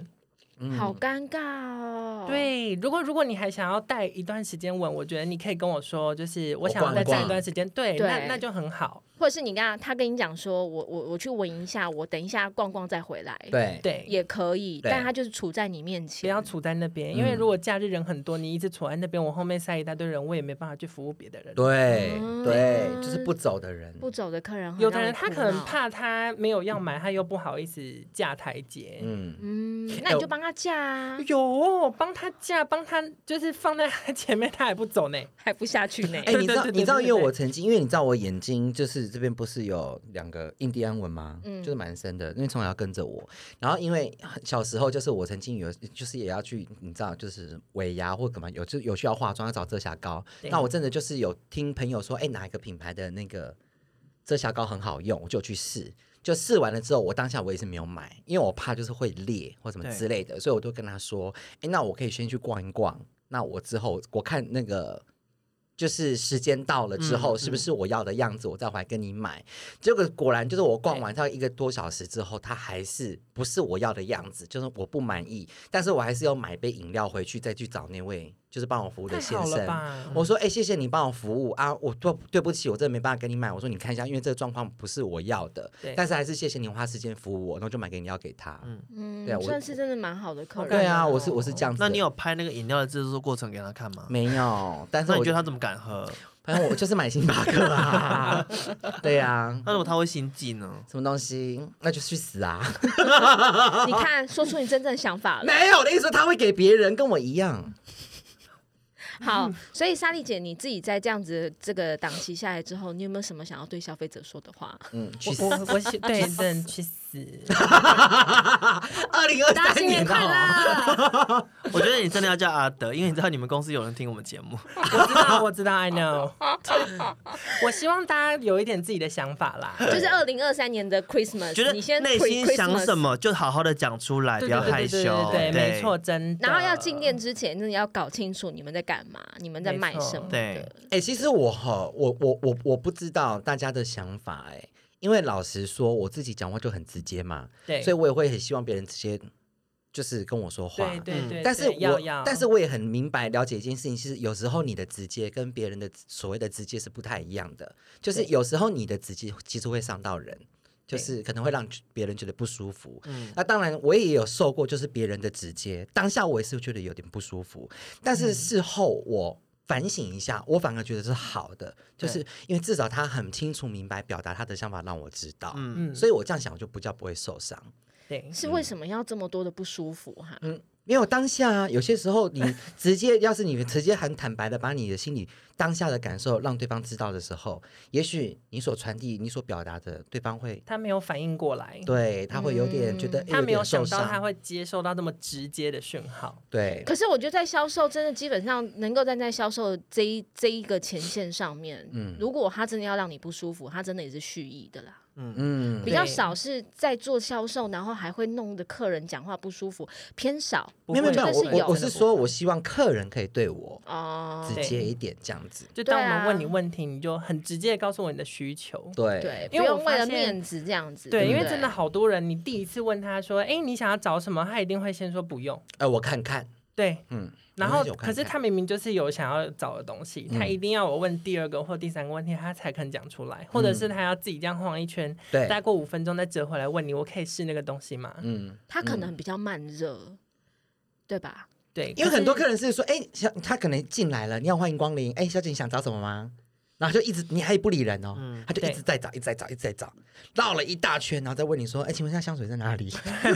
Speaker 4: 嗯
Speaker 3: 好尴尬哦。，
Speaker 6: 对，如果如果你还想要带一段时间闻，我觉得你可以跟我说，就是我想要
Speaker 4: 我逛
Speaker 6: 再站
Speaker 4: 逛
Speaker 6: 一段时间。对，
Speaker 3: 对
Speaker 6: 那那就很好。
Speaker 3: 或者是你跟他，他跟你讲说，我我我去闻一下，我等一下逛逛再回来。。
Speaker 4: 对，
Speaker 6: 对，
Speaker 3: 也可以，
Speaker 4: 对
Speaker 3: 但他就是处在你面
Speaker 6: 不
Speaker 3: 前，
Speaker 6: 要杵在那边，因为
Speaker 4: 嗯
Speaker 6: 如果假日人很多，你一直杵在那边，我后面塞一大堆人，我也没办法去服务别的人。
Speaker 4: 对
Speaker 3: 嗯
Speaker 4: 对，就是不走的人，
Speaker 3: 不走的客人很
Speaker 6: 有的
Speaker 3: 让
Speaker 6: 人
Speaker 3: 人
Speaker 6: 他
Speaker 3: 苦
Speaker 6: 可能
Speaker 3: 恼，
Speaker 6: 怕他没有要买，他又不好意思架台阶。
Speaker 4: 嗯，
Speaker 3: 嗯，那你就帮他架啊，
Speaker 6: 有帮他架，帮他就是放在他前面，他还不走呢。
Speaker 3: 还不下去呢。
Speaker 4: 哎，
Speaker 6: 对
Speaker 4: 你知道
Speaker 6: 对对
Speaker 4: 你知道，
Speaker 6: 对对
Speaker 4: 因为我曾经，因为你知道我眼睛就是这边不是有两个印第安纹吗？
Speaker 3: 嗯
Speaker 4: 就是蛮深的，因为从小要跟着我，然后因为小时候就是我曾经有就是也要去，你知道就是尾牙或干嘛有就有需要化妆要找遮瑕膏，
Speaker 6: 对
Speaker 4: 那我真的就是有听朋友说，哎，哪一个品牌的那个遮瑕膏很好用，我就去试。就试完了之后，我当下我也是没有买，因为我怕就是会裂或什么
Speaker 2: 对
Speaker 4: 之类的，所以我都跟他说，哎，那我可以先去逛一逛，那我之后我看那个就是时间到了之后，
Speaker 2: 嗯
Speaker 4: 是不是我要的样子，我再回来跟你买。结果果然就是我逛完它一个多小时之后，它还是不是我要的样子，就是我不满意。但是我还是要买杯饮料回去，再去找那位就是帮我服务的
Speaker 6: 太
Speaker 4: 先
Speaker 6: 好了
Speaker 4: 生。
Speaker 6: 吧？
Speaker 4: 我说：“哎、谢谢你帮我服务啊！我对对不起，我真的没办法跟你买。我说你看一下，因为这个状况不是我要的
Speaker 6: 对，
Speaker 4: 但是还是谢谢你花时间服务我，然后就买给你要给他。
Speaker 2: 嗯
Speaker 3: 嗯
Speaker 4: 对啊，我
Speaker 3: 算是真的蛮好的客人。
Speaker 4: 对啊，我是我是这样子的。
Speaker 2: 那你有拍那个饮料的制作过程给她看吗？
Speaker 4: 没 有？但是
Speaker 2: 那
Speaker 4: 我
Speaker 2: 你觉得她怎么敢喝？
Speaker 4: 反正我就是买星巴克 啊，对呀、啊，
Speaker 2: 那如果她会心悸 呢？
Speaker 4: 什么东西？那就去死啊！
Speaker 3: 你看，说出你真正的想法 了。
Speaker 4: 没有，我的意思说他会给别人，跟我一样。
Speaker 3: 好，所以莎莉姐，你自己在这样子这个档期下来之后，你有没有什么想要对消费者说的话？
Speaker 4: 嗯，去
Speaker 6: 我
Speaker 4: 死！
Speaker 6: 我我是对人去死！
Speaker 4: 二零 二
Speaker 3: 大家新
Speaker 4: 三
Speaker 3: 年
Speaker 4: 年
Speaker 3: 快
Speaker 4: 哦，
Speaker 3: 乐！
Speaker 2: 我觉得你真的要叫阿德，因为你知道你们公司有人听我们节 目。
Speaker 6: 我知道，我知 道，I know。我希望大家有一点自己的想法啦。
Speaker 3: 就是二零二三年的 Christmas，
Speaker 2: 觉得
Speaker 3: 你先
Speaker 2: 内心
Speaker 3: pre-
Speaker 2: 想
Speaker 3: Christmas
Speaker 2: 什，么就好好的讲出来，不
Speaker 6: 对
Speaker 2: 要
Speaker 6: 对
Speaker 2: 害
Speaker 6: 对对
Speaker 2: 羞。
Speaker 6: 对对，没错，。真的。
Speaker 3: 然后要进店之前，真的要搞清楚你们在干嘛，你们在
Speaker 6: 没
Speaker 3: 卖
Speaker 6: 错
Speaker 3: 什么。
Speaker 2: 对，
Speaker 4: 哎、其实我哈，我我我我不知道大家的想法哎、因为老实说，我自己讲话就很直接嘛，
Speaker 6: 对，
Speaker 4: 所以我也会很希望别人直接就是跟我说话。
Speaker 6: 对对
Speaker 2: 嗯
Speaker 6: 对，
Speaker 4: 但是
Speaker 6: 对要
Speaker 4: 我
Speaker 6: 要，
Speaker 4: 但是我也很明白了解一件事情，是有时候你的直接跟别人的所谓的直接是不太一样的，就是有时候你的直接其实会伤到人，就
Speaker 6: 对
Speaker 4: 是可能会让别人觉得不舒服。
Speaker 2: 嗯，
Speaker 4: 那当然，我也有受过就是别人的直接，当下我也是觉得有点不舒服，但
Speaker 6: 嗯
Speaker 4: 是事后我。反省一下，我反而觉得是好的，就是因为至少他很清楚明白表达他的想法，让我知道，
Speaker 2: 嗯
Speaker 6: 嗯，
Speaker 4: 所以我这样想我就不叫不会受伤。
Speaker 6: 对，
Speaker 3: 是为什么要这么多的不舒服哈、
Speaker 4: 没有当下啊，有些时候你 直接，要是你直接很坦白的把你的心里当下的感受让对方知道的时候，也许你所传递、你所表达的，对方会
Speaker 6: 他没有反应过来，
Speaker 4: 对他会有点觉得、
Speaker 3: 嗯
Speaker 4: 诶
Speaker 6: 他没有
Speaker 4: 点受
Speaker 6: 想到他
Speaker 4: 伤，
Speaker 6: 会接收到那么直接的讯号。
Speaker 4: 对，
Speaker 3: 可是我觉得在销售真的基本上能够站在销售的这一这一个前线上面，
Speaker 4: 嗯
Speaker 3: 如果他真的要让你不舒服，他真的也是蓄意的啦。
Speaker 4: 嗯
Speaker 3: 比较
Speaker 6: 对
Speaker 3: 少是在做销售，然后还会弄得客人讲话不舒服，偏少
Speaker 6: 不
Speaker 4: 没有
Speaker 6: 会
Speaker 4: 没有，
Speaker 3: 但是
Speaker 4: 我
Speaker 3: 有
Speaker 4: 我我是说，我
Speaker 6: 真的
Speaker 4: 希望客人可以对我
Speaker 3: 哦。
Speaker 4: 直接一点，这样子。
Speaker 6: 不会就当我
Speaker 3: 对啊
Speaker 6: 们问你问题，你就很直接的告诉我你的需求。
Speaker 4: 对
Speaker 3: 对，
Speaker 6: 因
Speaker 3: 不
Speaker 6: 为我
Speaker 3: 用为了
Speaker 6: 发现
Speaker 3: 面子这样子。
Speaker 6: 对，
Speaker 3: 不
Speaker 6: 因为真的好多人，你第一次问他说：“哎，你想要找什么？”他一定会先说不用。
Speaker 4: 哎、我看看，
Speaker 6: 对，
Speaker 4: 嗯，
Speaker 6: 然
Speaker 4: 没
Speaker 6: 后
Speaker 4: 关系我看
Speaker 6: 可是
Speaker 4: 看
Speaker 6: 他明明就是有想要找的东西，他
Speaker 4: 嗯
Speaker 6: 一定要我问第二个或第三个问题，他才肯讲出来，或者是他要自己这样晃一圈，
Speaker 4: 对，
Speaker 6: 待过五分钟再折回来问你：“我可以试那个东西吗
Speaker 4: 嗯，
Speaker 3: 他可能比较慢热，对吧？？”
Speaker 6: 对，
Speaker 4: 因为很多客人是说，哎、小他可能进来了，你好，欢迎光临，哎、小姐你想找什么吗？然后就一直你还不理人哦，
Speaker 2: 嗯
Speaker 4: 他就一直在
Speaker 6: 对
Speaker 4: 找，一直在找，一直在找，绕了一大圈，然后再问你说，哎、请问一下香水在哪 里？我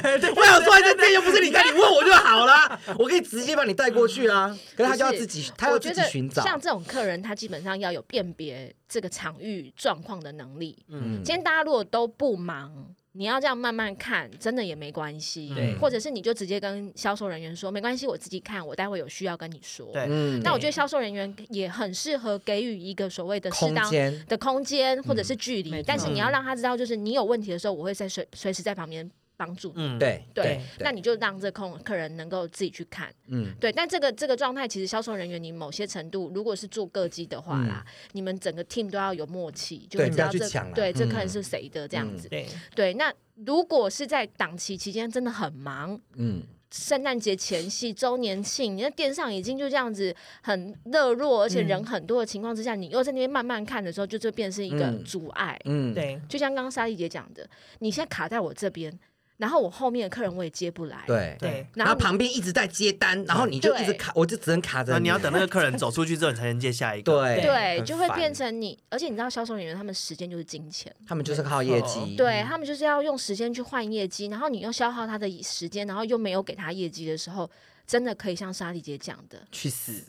Speaker 4: 想说，哎这这又不是你家，你问我就好啦，我可以直接把你带过去啊。可是他就要
Speaker 3: 不是
Speaker 4: 自己，他要
Speaker 3: 我
Speaker 4: 自
Speaker 3: 觉
Speaker 4: 己
Speaker 3: 得
Speaker 4: 寻找，
Speaker 3: 像这种客人，他基本上要有辨别这个场域状况的能力。
Speaker 4: 嗯
Speaker 3: 今天大家如果都不忙，你要这样慢慢看，真的也没关
Speaker 4: 嗯
Speaker 3: 系。
Speaker 2: 嗯
Speaker 6: 对嗯
Speaker 3: 或者是你就直接跟销售人员说，没关系，我自己看，我待会有需要跟你说。
Speaker 2: 对
Speaker 4: 嗯
Speaker 3: 那我觉得销售人员也很适合给予一个所谓的适
Speaker 4: 空
Speaker 3: 当
Speaker 4: 间，嗯
Speaker 3: 的空间或者是距离，
Speaker 6: 没错
Speaker 3: 但是你要让他知道，就是你有问题的时候，我会在随随时在旁边帮助你。
Speaker 2: 嗯，
Speaker 4: 对
Speaker 3: 对
Speaker 4: 对
Speaker 3: 那你就让这空客人能够自己去看，
Speaker 4: 嗯
Speaker 3: 对。但这个这个状态，其实销售人员你某些程度，如果是做个机的话啦，你们整个 team 都要有默契，就
Speaker 4: 嗯对
Speaker 3: 会知道
Speaker 4: 不要去
Speaker 3: 这
Speaker 4: 抢啦
Speaker 3: 对这客人
Speaker 4: 嗯
Speaker 3: 是谁的这样
Speaker 4: 嗯
Speaker 3: 子。
Speaker 6: 对
Speaker 3: 对，那如果是在档期期间真的很忙，
Speaker 4: 嗯，
Speaker 3: 圣诞节前夕、周年庆，你在店上已经就这样子很热络，而且
Speaker 4: 嗯
Speaker 3: 人很多的情况之下，你又在那边慢慢看的时候，就这变成一个
Speaker 4: 嗯
Speaker 3: 阻碍。
Speaker 4: 嗯，
Speaker 6: 对
Speaker 3: 就像刚刚莎莉姐讲的，你现在卡在我这边，然后我后面的客人我也接不来，，
Speaker 4: 对
Speaker 6: 对
Speaker 3: 然
Speaker 4: 然
Speaker 3: 后
Speaker 4: 后
Speaker 3: 你
Speaker 4: 旁边一直在接单，然后你就一直
Speaker 3: 对
Speaker 4: 卡，我就只能卡着
Speaker 2: 那你要等那个客人走出去之后，你才能接下一个。
Speaker 4: 对
Speaker 3: 对
Speaker 4: 很
Speaker 3: 就会变
Speaker 4: 烦
Speaker 3: 成你，而且你知道销售人员他们时间就是金钱，
Speaker 4: 他们就是靠业绩，
Speaker 3: 对他们就是要用时间去换业绩，然后你又消耗他的时间，然后又没有给他业绩的时候，真的可以像莎莉姐讲的，
Speaker 2: 去死！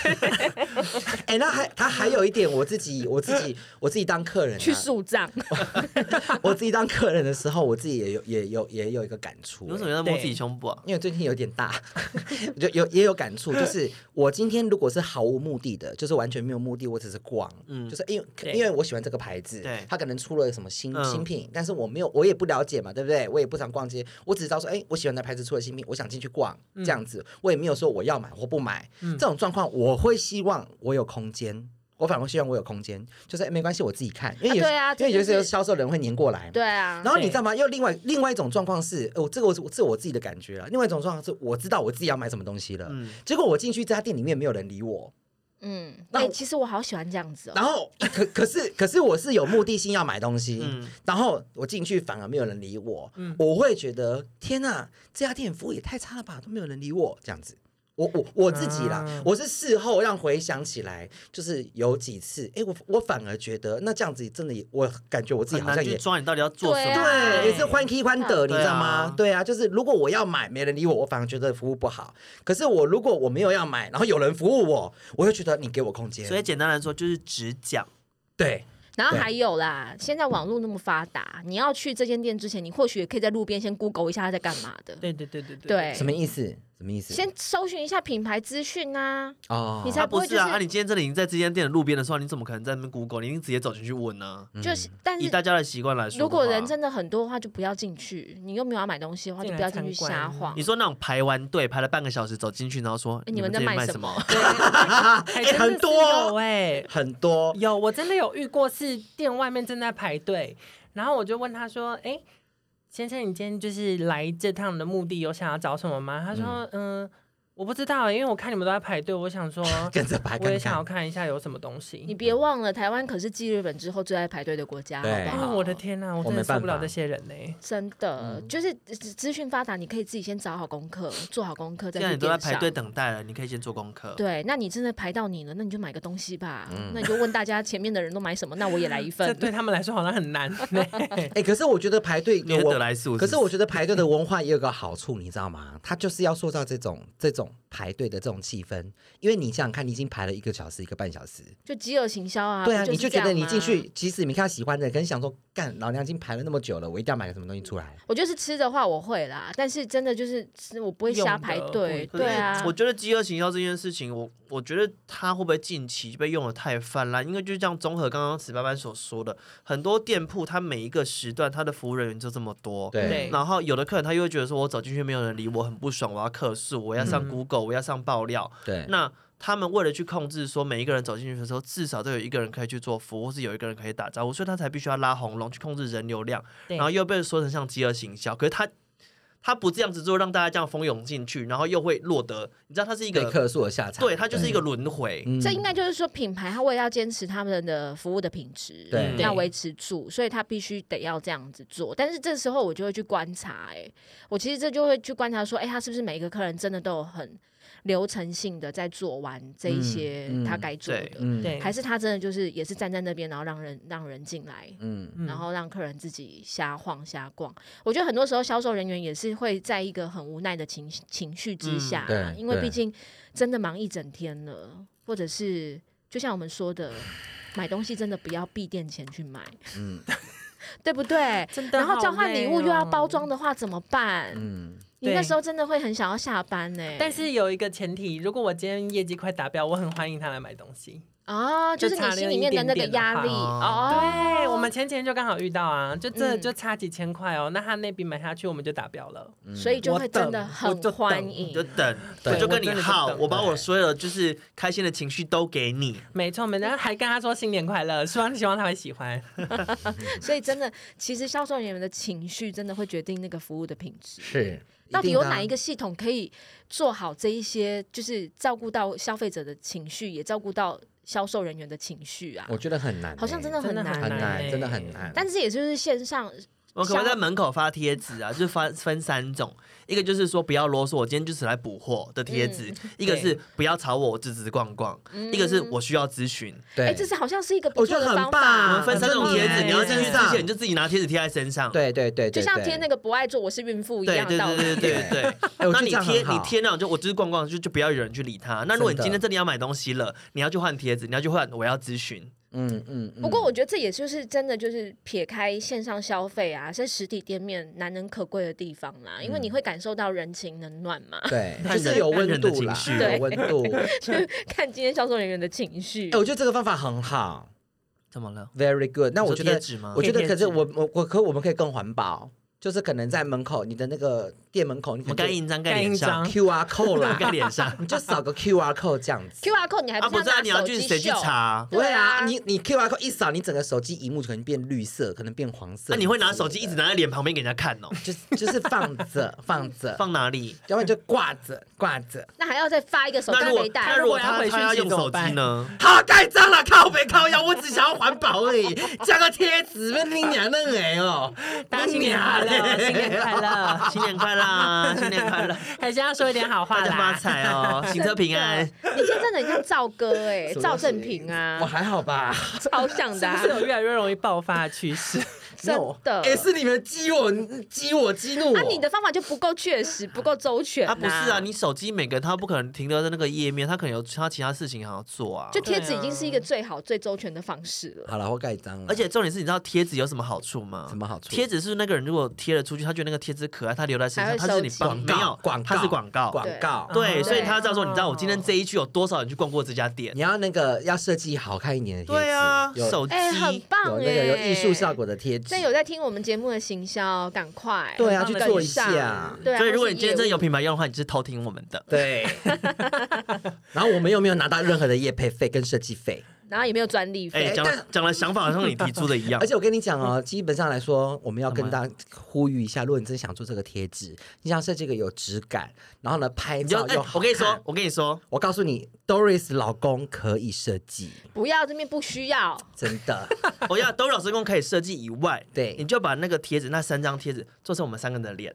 Speaker 4: 哎、那还他还有一点，我自己我自己我自己当客人、啊，
Speaker 3: 去树葬，
Speaker 4: 我自己当客人的时候，我自己也有也有也有一个感触、
Speaker 2: 你为什
Speaker 4: 哎
Speaker 2: 么要摸自己胸部啊？
Speaker 4: 因为最近有点大， 就有也有感触，就是我今天如果是毫无目的的，就是完全没有目的，我只是逛，
Speaker 2: 嗯
Speaker 4: 就是因为
Speaker 6: 对
Speaker 4: 因为我喜欢这个牌子
Speaker 2: 对，
Speaker 4: 它可能出了什么新、
Speaker 2: 嗯
Speaker 4: 新品，但是我没有，我也不了解嘛，对不对？我也不常逛街，我只知道说，哎，我喜欢的牌子出了新品，我想进去逛，
Speaker 3: 嗯
Speaker 4: 这样子，我也没有说我要买或不买，这种状况我会希望我有空间。我反而会希望我有空间，就是哎没关系，我自己看，因为有、
Speaker 3: 啊对啊
Speaker 4: 因为有
Speaker 3: 这就是
Speaker 4: 些销售人会黏过来，
Speaker 3: 对啊，
Speaker 4: 然后你
Speaker 6: 对
Speaker 4: 知道吗？又另外另外一种状况是，呃我、这个我是这我自己的感觉啊了。另外一种状况是，我知道我自己要买什么东西了，
Speaker 2: 嗯
Speaker 4: 结果我进去这家店里面没有人理我，
Speaker 3: 嗯，
Speaker 4: 那
Speaker 3: 哎、
Speaker 4: 我
Speaker 3: 其实我好喜欢这样子哦、
Speaker 4: 然后可可是可是我是有目的性要买东西，
Speaker 2: 嗯
Speaker 4: 然后我进去反而没有人理我，我会觉得天呐，这家店服务也太差了吧，都没有人理我这样子。我我我自己啦，
Speaker 6: 啊
Speaker 4: 我是事后让回想起来，就是有几次，哎，我我反而觉得那这样子真的也，我感觉我自己
Speaker 2: 很
Speaker 4: 好
Speaker 2: 难
Speaker 4: 像
Speaker 2: 去
Speaker 4: 也
Speaker 2: 抓你到底要做什
Speaker 3: 对
Speaker 2: 么。
Speaker 3: 啊
Speaker 4: 对，也是欢 K 欢的，你
Speaker 2: 哎对啊
Speaker 4: 知道吗？对啊，就是如果我要买，没人理我，我反而觉得服务不好。可是我如果我没有要买，然后有人服务我，我就觉得你给我空间。
Speaker 2: 所以简单来说，就是只讲。
Speaker 4: 对，
Speaker 3: 然后还有啦，现在网络那么发达，你要去这间店之前，你或许也可以在路边先 Google 一下他在干嘛的，
Speaker 6: 对对对对
Speaker 2: 哎
Speaker 3: 对
Speaker 4: 什么意思？什么意思？
Speaker 3: 先搜寻一下品牌资讯啊。
Speaker 4: 哦，
Speaker 3: 你才
Speaker 2: 他
Speaker 3: 不
Speaker 2: 不
Speaker 3: 会
Speaker 2: 是
Speaker 3: 就是
Speaker 2: 啊，啊，你今天这里已经在这间店的路边的时候，你怎么可能在那边 Google？你一定直接走进去问呢、
Speaker 4: 嗯
Speaker 3: 就是，但
Speaker 2: 以
Speaker 3: 是
Speaker 2: 大家的习惯来说的话，
Speaker 3: 嗯如果人真的很多的话，就不要进去。你又没有要买东西的话，就
Speaker 6: 进来
Speaker 3: 不要进去
Speaker 6: 参观
Speaker 3: 瞎晃
Speaker 2: 你。说那种排完队排了半个小时走进去，然后说、
Speaker 3: 哎
Speaker 2: 你
Speaker 3: 们在
Speaker 2: 这里
Speaker 3: 卖
Speaker 2: 卖
Speaker 3: 什
Speaker 2: 么？
Speaker 6: 还
Speaker 4: 哎
Speaker 6: 真的
Speaker 4: 很
Speaker 6: 是
Speaker 4: 多哦
Speaker 6: 有哎，
Speaker 4: 很多
Speaker 6: 有，我真的有遇过，是店外面正在排队，然后我就问他说：“哎、先生，你今天就是来这趟的目的有想要找什么吗？”他说：“嗯、我不知道、因为我看你们都在排队，我想说
Speaker 4: 跟着排看看
Speaker 6: 我也想要看一下有什么东西。
Speaker 3: 你别忘了，台湾可是继日本之后最爱排队的国家，
Speaker 4: 对
Speaker 3: 好不
Speaker 6: 哦
Speaker 3: 好？
Speaker 6: 我的，天呐、我
Speaker 4: 我
Speaker 6: 真的
Speaker 4: 没
Speaker 6: 受不了
Speaker 4: 办法
Speaker 6: 这些人呢、
Speaker 3: 真
Speaker 4: 嗯
Speaker 3: 的就是资资讯发达，你可以自己先找好功课，做好功课再
Speaker 2: 既
Speaker 3: 去
Speaker 2: 然你都在
Speaker 3: 电
Speaker 2: 排队
Speaker 3: 商
Speaker 2: 等待了，你可以先做功课。
Speaker 3: 对，那你真的排到你了，那你就买个东西吧。
Speaker 4: 嗯
Speaker 3: 那你就问大家前面的人都买什么，那我也来一份
Speaker 6: 这。对他们来说好像很难、欸。
Speaker 4: 哎、可是我觉得排队
Speaker 2: 你会
Speaker 4: 我
Speaker 2: 得来速
Speaker 4: 可
Speaker 2: 是
Speaker 4: 是
Speaker 2: 不
Speaker 4: 我
Speaker 2: 是
Speaker 4: 觉得排队的文化也有个好处，你知道吗？它就是要塑造这种这种排队的这种气氛，因为你想想看，你已经排了一个小时、一个半小时，
Speaker 3: 就饥饿行销啊，
Speaker 4: 对啊，
Speaker 3: 不
Speaker 4: 你
Speaker 3: 就是
Speaker 4: 就
Speaker 3: 这
Speaker 4: 觉
Speaker 3: 样
Speaker 4: 得你进
Speaker 3: 吗
Speaker 4: 去，即使你看到喜欢的，可能想说，干，老娘已经排了那么久了，我一定要买个什么东西出来。
Speaker 3: 我就是吃的话我会啦，但是真的就是吃我不会瞎排队，
Speaker 2: 可是
Speaker 3: 对啊
Speaker 2: 我。觉得饥饿行销这件事情，我我觉得它会不会近期被用的太泛滥？因为就像综合刚刚史班班所说的，很多店铺它每一个时段它的服务人员就这么多，
Speaker 6: 对
Speaker 2: 然后有的客人他又会觉得说，我走进去没有人理我，很不爽，我要客诉，我要上
Speaker 6: 嗯
Speaker 2: Google，、我要上爆料。
Speaker 4: 对，
Speaker 2: 那他们为了去控制说每一个人走进去的时候，至少都有一个人可以去做服务，或是有一个人可以打招呼，所以他才必须要拉红龙去控制人流量，
Speaker 6: 对
Speaker 2: 然后又被说成像饥饿行销。可是他他不这样子做，让大家这样蜂拥进去，然后又会落得，你知道他是一
Speaker 4: 被
Speaker 2: 个，
Speaker 4: 客诉的下场。
Speaker 2: 对他就是一个轮回。
Speaker 4: 嗯
Speaker 3: 这应该就是说，品牌它为了要坚持他们的服务的品质，
Speaker 4: 对
Speaker 3: 要
Speaker 6: 对
Speaker 3: 维持住，所以它必须得要这样子做。但是这时候我就会去观察、哎，我其实这就会去观察说，哎、他是不是每一个客人真的都有很流程性的在做完这一些
Speaker 4: 嗯嗯
Speaker 3: 他该做的，
Speaker 2: 对
Speaker 4: 嗯
Speaker 6: 对，
Speaker 3: 还是他真的就是也是站在那边，然后让人让人进来，
Speaker 4: 嗯
Speaker 6: 嗯
Speaker 3: 然后让客人自己瞎晃瞎逛。我觉得很多时候销售人员也是会在一个很无奈的情情绪
Speaker 6: 嗯
Speaker 3: 之下啦、
Speaker 4: 对
Speaker 3: 因为
Speaker 4: 对
Speaker 3: 毕竟真的忙一整天了，或者是就像我们说的，买东西真的不要闭店前去买，
Speaker 4: 嗯
Speaker 3: 对不 对？
Speaker 6: 真的
Speaker 3: 然
Speaker 6: 好累哦，哦
Speaker 3: 后交换礼物又要包装的话怎么办？
Speaker 4: 嗯，
Speaker 3: 你那
Speaker 6: 对
Speaker 3: 时候真的会很想要下班呢、
Speaker 6: 但是有一个前提，如果我今天业绩快达标，我很欢迎他来买东西。
Speaker 3: 哦，就是
Speaker 6: 就差
Speaker 3: 你
Speaker 6: 那
Speaker 3: 心
Speaker 6: 一
Speaker 3: 里面的那个
Speaker 6: 点点的
Speaker 3: 压
Speaker 6: 话
Speaker 3: 力哦。
Speaker 6: 对，哎我们前几天就刚好遇到啊，就这
Speaker 3: 嗯
Speaker 6: 就差几千块哦，那他那笔买下去，我们就达标了。
Speaker 3: 所以就
Speaker 6: 我
Speaker 3: 会真
Speaker 6: 等
Speaker 3: 的
Speaker 6: 我
Speaker 3: 很
Speaker 6: 就
Speaker 3: 欢
Speaker 6: 等
Speaker 2: 你
Speaker 3: 迎
Speaker 2: 就，等，
Speaker 4: 对
Speaker 2: 我就跟
Speaker 6: 我
Speaker 2: 你
Speaker 6: 真的就
Speaker 2: 耗，
Speaker 6: 等
Speaker 2: 我把我所有的就是开心的情绪都给你。
Speaker 6: 没错，我们然后还跟他说新年快乐，希望希望他会喜欢。
Speaker 3: 所以真的，其实销售人员的情绪真的会决定那个服务的品质。
Speaker 4: 是。
Speaker 3: 到底有哪一
Speaker 4: 个？
Speaker 3: 个系统可以做好这一些，就是照顾到消费者的情绪，也照顾到销售人员的情绪啊？
Speaker 4: 我觉得很难欸、
Speaker 3: 好像真的很
Speaker 6: 真的
Speaker 3: 难欸、
Speaker 4: 很难，
Speaker 6: 欸
Speaker 4: 真的很难。
Speaker 3: 但是也就是线上，
Speaker 2: 我可不可以
Speaker 3: 像
Speaker 2: 在门口发贴纸啊？就是分分三种，一个就是说不要啰嗦，我今天就是来补货的贴纸；一个是不要吵我，我只只逛逛；一个是我需要咨询。
Speaker 4: 对，
Speaker 3: 哎、这是好像是一个不
Speaker 4: 我
Speaker 3: 错
Speaker 4: 觉得
Speaker 3: 的
Speaker 4: 很
Speaker 3: 方
Speaker 2: 我
Speaker 4: 棒我
Speaker 3: 法啊
Speaker 2: 们
Speaker 4: 们。
Speaker 2: 分三种贴纸，你要进去之
Speaker 4: 很棒
Speaker 2: 前你就自己拿贴纸贴在身上。
Speaker 4: 对对对
Speaker 3: 就
Speaker 4: 对，
Speaker 3: 像
Speaker 4: 对
Speaker 3: 贴那个不爱做我是孕妇一
Speaker 2: 对
Speaker 3: 样的
Speaker 2: 对
Speaker 3: 道
Speaker 2: 对
Speaker 3: 理，
Speaker 2: 对对对
Speaker 4: 哎
Speaker 2: 对。那
Speaker 4: 我觉得
Speaker 2: 你
Speaker 4: 这样
Speaker 2: 贴
Speaker 4: 很
Speaker 2: 你
Speaker 4: 好
Speaker 2: 贴那种就我就是逛逛，就就不要有人去理他。那如果你
Speaker 4: 真的
Speaker 2: 今天真的要买东西了，你要去换贴纸，你要去换我要咨询。
Speaker 4: 嗯嗯。嗯
Speaker 3: 不过我觉得这也就是真的，就是撇开线上消费啊，在实体店面难能可贵的地方啦，因为你会感受到人情冷暖嘛，
Speaker 4: 对，
Speaker 2: 看
Speaker 4: 就
Speaker 2: 人
Speaker 4: 是有
Speaker 2: 看
Speaker 4: 温
Speaker 2: 人的
Speaker 4: 度
Speaker 2: 情
Speaker 4: 啦，
Speaker 2: 绪
Speaker 3: 对
Speaker 4: 有温度。
Speaker 3: 看今天销售人员的情绪
Speaker 4: 哎，。我觉得这个方法很好
Speaker 2: 怎么了？
Speaker 4: ，very good。那
Speaker 2: 你
Speaker 4: 我
Speaker 2: 说
Speaker 4: 觉得
Speaker 2: 贴，纸吗
Speaker 4: 我？觉得
Speaker 6: 贴
Speaker 4: 可是
Speaker 6: 纸
Speaker 4: 我我我可我们可以更环保，就是可能在门口你的那个店门口，你
Speaker 2: 我
Speaker 4: 可
Speaker 2: 们盖
Speaker 4: 能
Speaker 2: 印章盖脸上，
Speaker 4: 就 QR code 啦，
Speaker 2: 盖脸上。
Speaker 4: 你就扫个 QR code 这样子。
Speaker 3: Q R code 你还
Speaker 2: 啊，
Speaker 3: 不
Speaker 2: 不
Speaker 3: 是
Speaker 2: 是啊，
Speaker 3: 要
Speaker 2: 你要
Speaker 3: 拿手
Speaker 2: 去
Speaker 3: 机
Speaker 2: 谁去
Speaker 3: 秀？
Speaker 2: 查？
Speaker 4: 对啊，
Speaker 3: 对啊
Speaker 4: 你你 QR code 一扫，你整个手机荧幕可能变绿色，可能变黄色。
Speaker 2: 那啊你会拿手机一直拿在脸旁边给人家看哦？
Speaker 4: 就是就是放着放着，
Speaker 2: 放哪里？
Speaker 4: 要不然就挂着挂着。
Speaker 3: 那还要再发一个手
Speaker 2: 那
Speaker 3: 袋
Speaker 2: 如果
Speaker 3: 背带？
Speaker 2: 那如果他
Speaker 6: 那如果要回讯息
Speaker 2: 他要用
Speaker 6: 怎么
Speaker 2: 手机
Speaker 6: 办
Speaker 2: 呢？
Speaker 4: 好，盖章了，靠背靠腰，我只想要环保而已，加个贴纸，被你娘弄哎哦，
Speaker 6: 大家新年 快乐，新年快乐，
Speaker 2: 新年快乐啊，新年快乐，
Speaker 6: 还是要说一点好话
Speaker 2: 大家发
Speaker 6: 啦。
Speaker 2: 财哦，行车平安。
Speaker 3: 你今天真的很像赵哥哎、
Speaker 4: 什么
Speaker 3: 赵正平
Speaker 4: 我
Speaker 3: 啊，
Speaker 4: 还好吧？
Speaker 3: 超像的、
Speaker 6: 是不
Speaker 3: 啊
Speaker 6: 是，有越来越容易爆发的趋势？
Speaker 3: 真的。
Speaker 4: 哎、是你们激我，激我，激怒我。
Speaker 3: 啊，你的方法就不够确实，不够周全、
Speaker 2: 啊，不是啊，你手机每个人他不可能停留在那个页面，他可能有他其他事情想要做啊
Speaker 3: 就。贴纸已经是一个最好、最周全的方式了。
Speaker 4: 好了，我盖章了。
Speaker 2: 而且重点是，你知道贴纸有什么好处吗？
Speaker 4: 什么好处
Speaker 2: 贴纸是那个人如果贴了出去，他觉得那个贴纸可爱，他留在身上，
Speaker 3: 还会
Speaker 2: 他是你
Speaker 3: 收集
Speaker 2: 帮
Speaker 4: 广
Speaker 2: 没
Speaker 4: 告
Speaker 2: 有
Speaker 4: 广告
Speaker 2: 他是广告。
Speaker 4: 广告，
Speaker 2: 对，
Speaker 6: 哦
Speaker 2: 所以
Speaker 3: 对
Speaker 2: 他知道说，你知道我今天这一区有多少人去逛过这家店
Speaker 4: 你？要那个要设计好看一点的贴纸，
Speaker 2: 对啊，
Speaker 4: 有
Speaker 2: 手机
Speaker 3: 哎、很棒
Speaker 4: 有
Speaker 3: 哎、
Speaker 4: 那个有艺术效。果的贴纸
Speaker 3: 那，有在听我们节目的行销，赶快
Speaker 4: 对啊，去
Speaker 6: 很棒的
Speaker 4: 做一
Speaker 6: 贴纸
Speaker 4: 下。
Speaker 3: 对啊。
Speaker 2: 所以如果你
Speaker 3: 或
Speaker 2: 今天
Speaker 3: 是业务
Speaker 2: 真的有品牌用的话，你是偷 听我们的。
Speaker 4: 对，然后我们又没有拿到任何的业配费跟设计费，
Speaker 3: 然后也没有专利
Speaker 2: 哎、
Speaker 3: 费。
Speaker 2: 讲
Speaker 4: 但
Speaker 2: 讲的想法好像你提出的一样
Speaker 4: 而。且我跟你讲哦，基本上来说，我们要
Speaker 2: 干
Speaker 4: 跟
Speaker 2: 嘛
Speaker 4: 大家呼吁一下，如果你真想做这个贴纸，你想设计一个有质感，然后呢拍
Speaker 2: 你就
Speaker 4: 照
Speaker 2: 哎、
Speaker 4: 又好
Speaker 2: 我跟你说
Speaker 4: 看，，
Speaker 2: 我跟你说，
Speaker 4: 我告诉你，Doris 老公可以设计，
Speaker 3: 不要这边不需要，
Speaker 4: 真 的。
Speaker 2: 我要都老师工可以设计以外，
Speaker 4: 对
Speaker 2: 你就把那个贴纸那三张贴纸做成我们三个人的脸，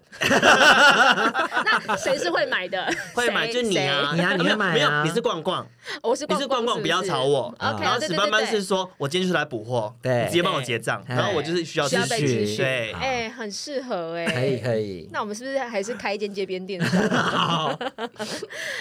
Speaker 3: 那谁是会买的？
Speaker 2: 会买
Speaker 3: 谁
Speaker 2: 就你啊，
Speaker 4: 谁你啊你会
Speaker 2: 没有
Speaker 4: 买啊
Speaker 2: 没有，你是逛逛，
Speaker 3: 谁我是
Speaker 2: 你是逛逛，
Speaker 3: 逛是
Speaker 2: 不要
Speaker 3: 是
Speaker 2: 吵我。嗯
Speaker 3: OK，
Speaker 2: 然后
Speaker 3: 对
Speaker 2: 史
Speaker 3: 对
Speaker 2: 班
Speaker 3: 对
Speaker 2: 班
Speaker 3: 对
Speaker 2: 是说，我今天就是来补货，
Speaker 4: 对
Speaker 2: 你直接帮我结账，
Speaker 4: 对
Speaker 2: 然后我就是需要
Speaker 3: 需要被
Speaker 2: 资讯
Speaker 3: 资
Speaker 4: 讯
Speaker 2: 对，
Speaker 3: 哎，很适合哎，
Speaker 4: 可以可以，
Speaker 3: 那我们是不是还是开一间街边店算了？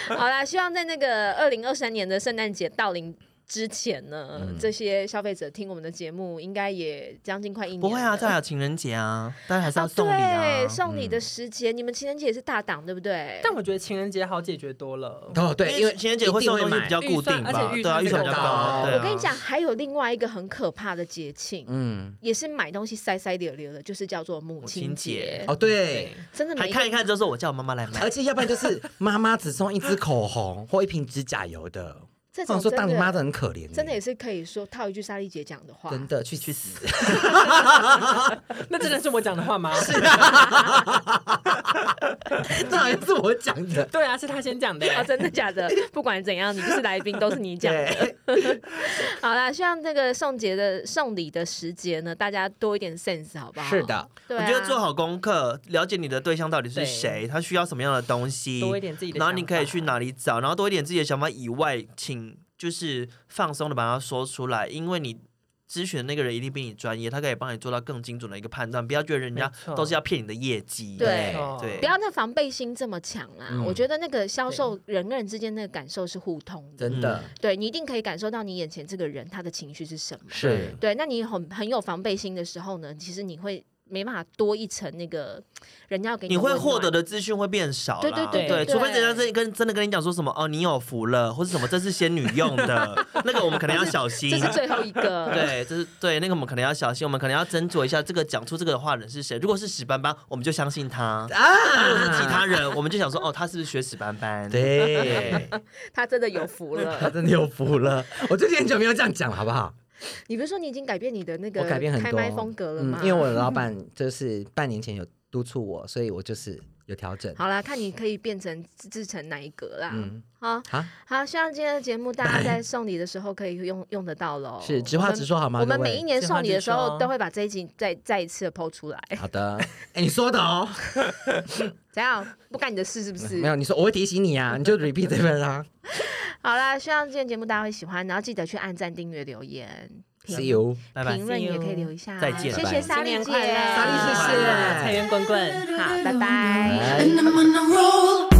Speaker 3: 好啦，希望在那个二零二三年的圣诞节到临之前呢，
Speaker 4: 嗯
Speaker 3: 这些消费者听我们的节目，应该也将近快一年了。
Speaker 2: 不会啊，再来有情人节啊，当然还是要
Speaker 3: 啊，
Speaker 2: 送礼啊
Speaker 3: 对，。送礼的时节，你们情人节也是大档，对不对？
Speaker 6: 但我觉得情人节好解决多了。
Speaker 4: 哦对，因为
Speaker 2: 情人节会送的东西比较
Speaker 6: 一定
Speaker 2: 固
Speaker 6: 会
Speaker 2: 定
Speaker 6: 买
Speaker 2: 吧，
Speaker 6: 预
Speaker 2: 对啊，
Speaker 6: 算
Speaker 2: 预
Speaker 6: 而且预
Speaker 2: 算
Speaker 6: 算
Speaker 2: 比较
Speaker 4: 比较
Speaker 2: 高。
Speaker 4: 高
Speaker 2: 对啊
Speaker 3: 我跟你讲，还有另外一个很可怕的节庆，
Speaker 4: 嗯
Speaker 3: 也是买东西塞塞溜溜的，就是叫做
Speaker 2: 母
Speaker 3: 母亲节
Speaker 2: 亲节。
Speaker 4: 哦对，
Speaker 3: 真的
Speaker 2: 还
Speaker 3: 每一个
Speaker 2: 看一看之后，我叫我妈妈来买
Speaker 4: 而。且要不然就是妈妈只送一支口红或一瓶指甲油的，
Speaker 3: 这
Speaker 4: 我想
Speaker 3: 种
Speaker 4: 说
Speaker 3: 真
Speaker 4: 当你妈
Speaker 3: 的
Speaker 4: 的很可怜欸，
Speaker 3: 真的也是可以说套一句莎莉姐讲的话，
Speaker 4: 真的去去死，
Speaker 6: 那真的是我啊讲的话吗？
Speaker 4: 这好像是我讲的。
Speaker 6: 对啊，是他先讲的。
Speaker 3: 啊，真的假的？ 不管怎样，你不是来宾，都是你讲的。
Speaker 4: 对，
Speaker 3: 好啦，希望这个送节的送礼的时节呢，大家多一点 sense 好不好？
Speaker 4: 是，的，
Speaker 3: 对
Speaker 2: 我
Speaker 3: 啊、
Speaker 2: 觉得做好功课，了解你的对象到底是
Speaker 6: 对
Speaker 2: 谁，他需要什么样的东西，
Speaker 6: 多一点自己的
Speaker 2: 然后
Speaker 6: 想
Speaker 2: 你可以
Speaker 6: 法
Speaker 2: 去哪里找，然后多一点自己的想法以外，请就是放松的把它说出来，因为你咨询的那个人一定比你专业，他可以帮你做到更精准的一个判断，不要觉得人家
Speaker 6: 没错
Speaker 2: 都是要骗你的业绩。
Speaker 3: 对
Speaker 6: 哦
Speaker 2: 对
Speaker 3: 不要那防备心这么强啦。
Speaker 4: 嗯
Speaker 3: 我觉得那个销售人跟人之间那个感受是互通的，
Speaker 4: 真的
Speaker 3: 对你一定可以感受到你眼前这个人他的情绪是什么。
Speaker 4: 是
Speaker 3: 对，那你很很有防备心的时候呢，其实你会没办法多一层那个人家要给
Speaker 2: 你
Speaker 3: 的
Speaker 2: 会
Speaker 3: 温
Speaker 2: 获得
Speaker 3: 暖。
Speaker 2: 的资讯会变少啦，
Speaker 3: 对对
Speaker 6: 对对
Speaker 2: 除非人家
Speaker 3: 对
Speaker 2: 真跟真的跟你讲说什么哦，你有福了，或是什么这是仙女用 的，那个我们可能要小心。
Speaker 3: 这是最后一 个。
Speaker 2: 对，这是对那个我们可能要小心，我们可能要斟酌一下这个讲出这个话的人是谁。如果是史斑斑，我们就相信他；如果是其他人，我们就想说哦，他是不是学史斑斑？，
Speaker 4: 啊对，
Speaker 3: 他真的有福
Speaker 4: 他
Speaker 3: 了。
Speaker 4: 真的有福了。我最近很久没有这样讲了，好不好？
Speaker 3: 你不是说你已经改变你的那个
Speaker 4: 我改变很
Speaker 3: 开
Speaker 4: 多
Speaker 3: 麦风格了
Speaker 4: 嗯
Speaker 3: 吗？，
Speaker 4: 因为我的 老板就是半年前有督促我，所以我就是有调整。
Speaker 3: 好啦，看你可以变成自自成哪一格啦。
Speaker 4: 嗯，
Speaker 3: 好
Speaker 4: 好，
Speaker 3: 好，希望今天的节目大家 在送礼的时候可以用用得到喽。
Speaker 4: 是直话直说好吗？
Speaker 3: 我们
Speaker 4: 各位
Speaker 3: 每一年
Speaker 6: 直
Speaker 3: 送
Speaker 6: 话
Speaker 3: 礼
Speaker 6: 直
Speaker 3: 的时候
Speaker 6: 说
Speaker 3: 都会把这一集再再一次的剖出来，
Speaker 4: 好的，哎，你说的哦，
Speaker 3: 怎样？不干你的事是不是
Speaker 4: 没？有，你说我会提醒你啊，你就 repeat 这啊边啦。
Speaker 3: 好啦，希望今天节目大家会喜欢，然后记得去按赞、订阅、留言、
Speaker 4: See
Speaker 3: 评
Speaker 4: you，
Speaker 2: 拜拜
Speaker 3: 评。论也可以留一下。啊
Speaker 2: 再见
Speaker 3: 谢
Speaker 2: 拜
Speaker 3: 谢
Speaker 2: 拜
Speaker 3: 莎莉姐，
Speaker 6: 新年快乐
Speaker 4: 莎莉谢谢
Speaker 6: 菜园滚滚。
Speaker 3: 好，拜拜。
Speaker 4: 拜。
Speaker 1: And I'm on a roll.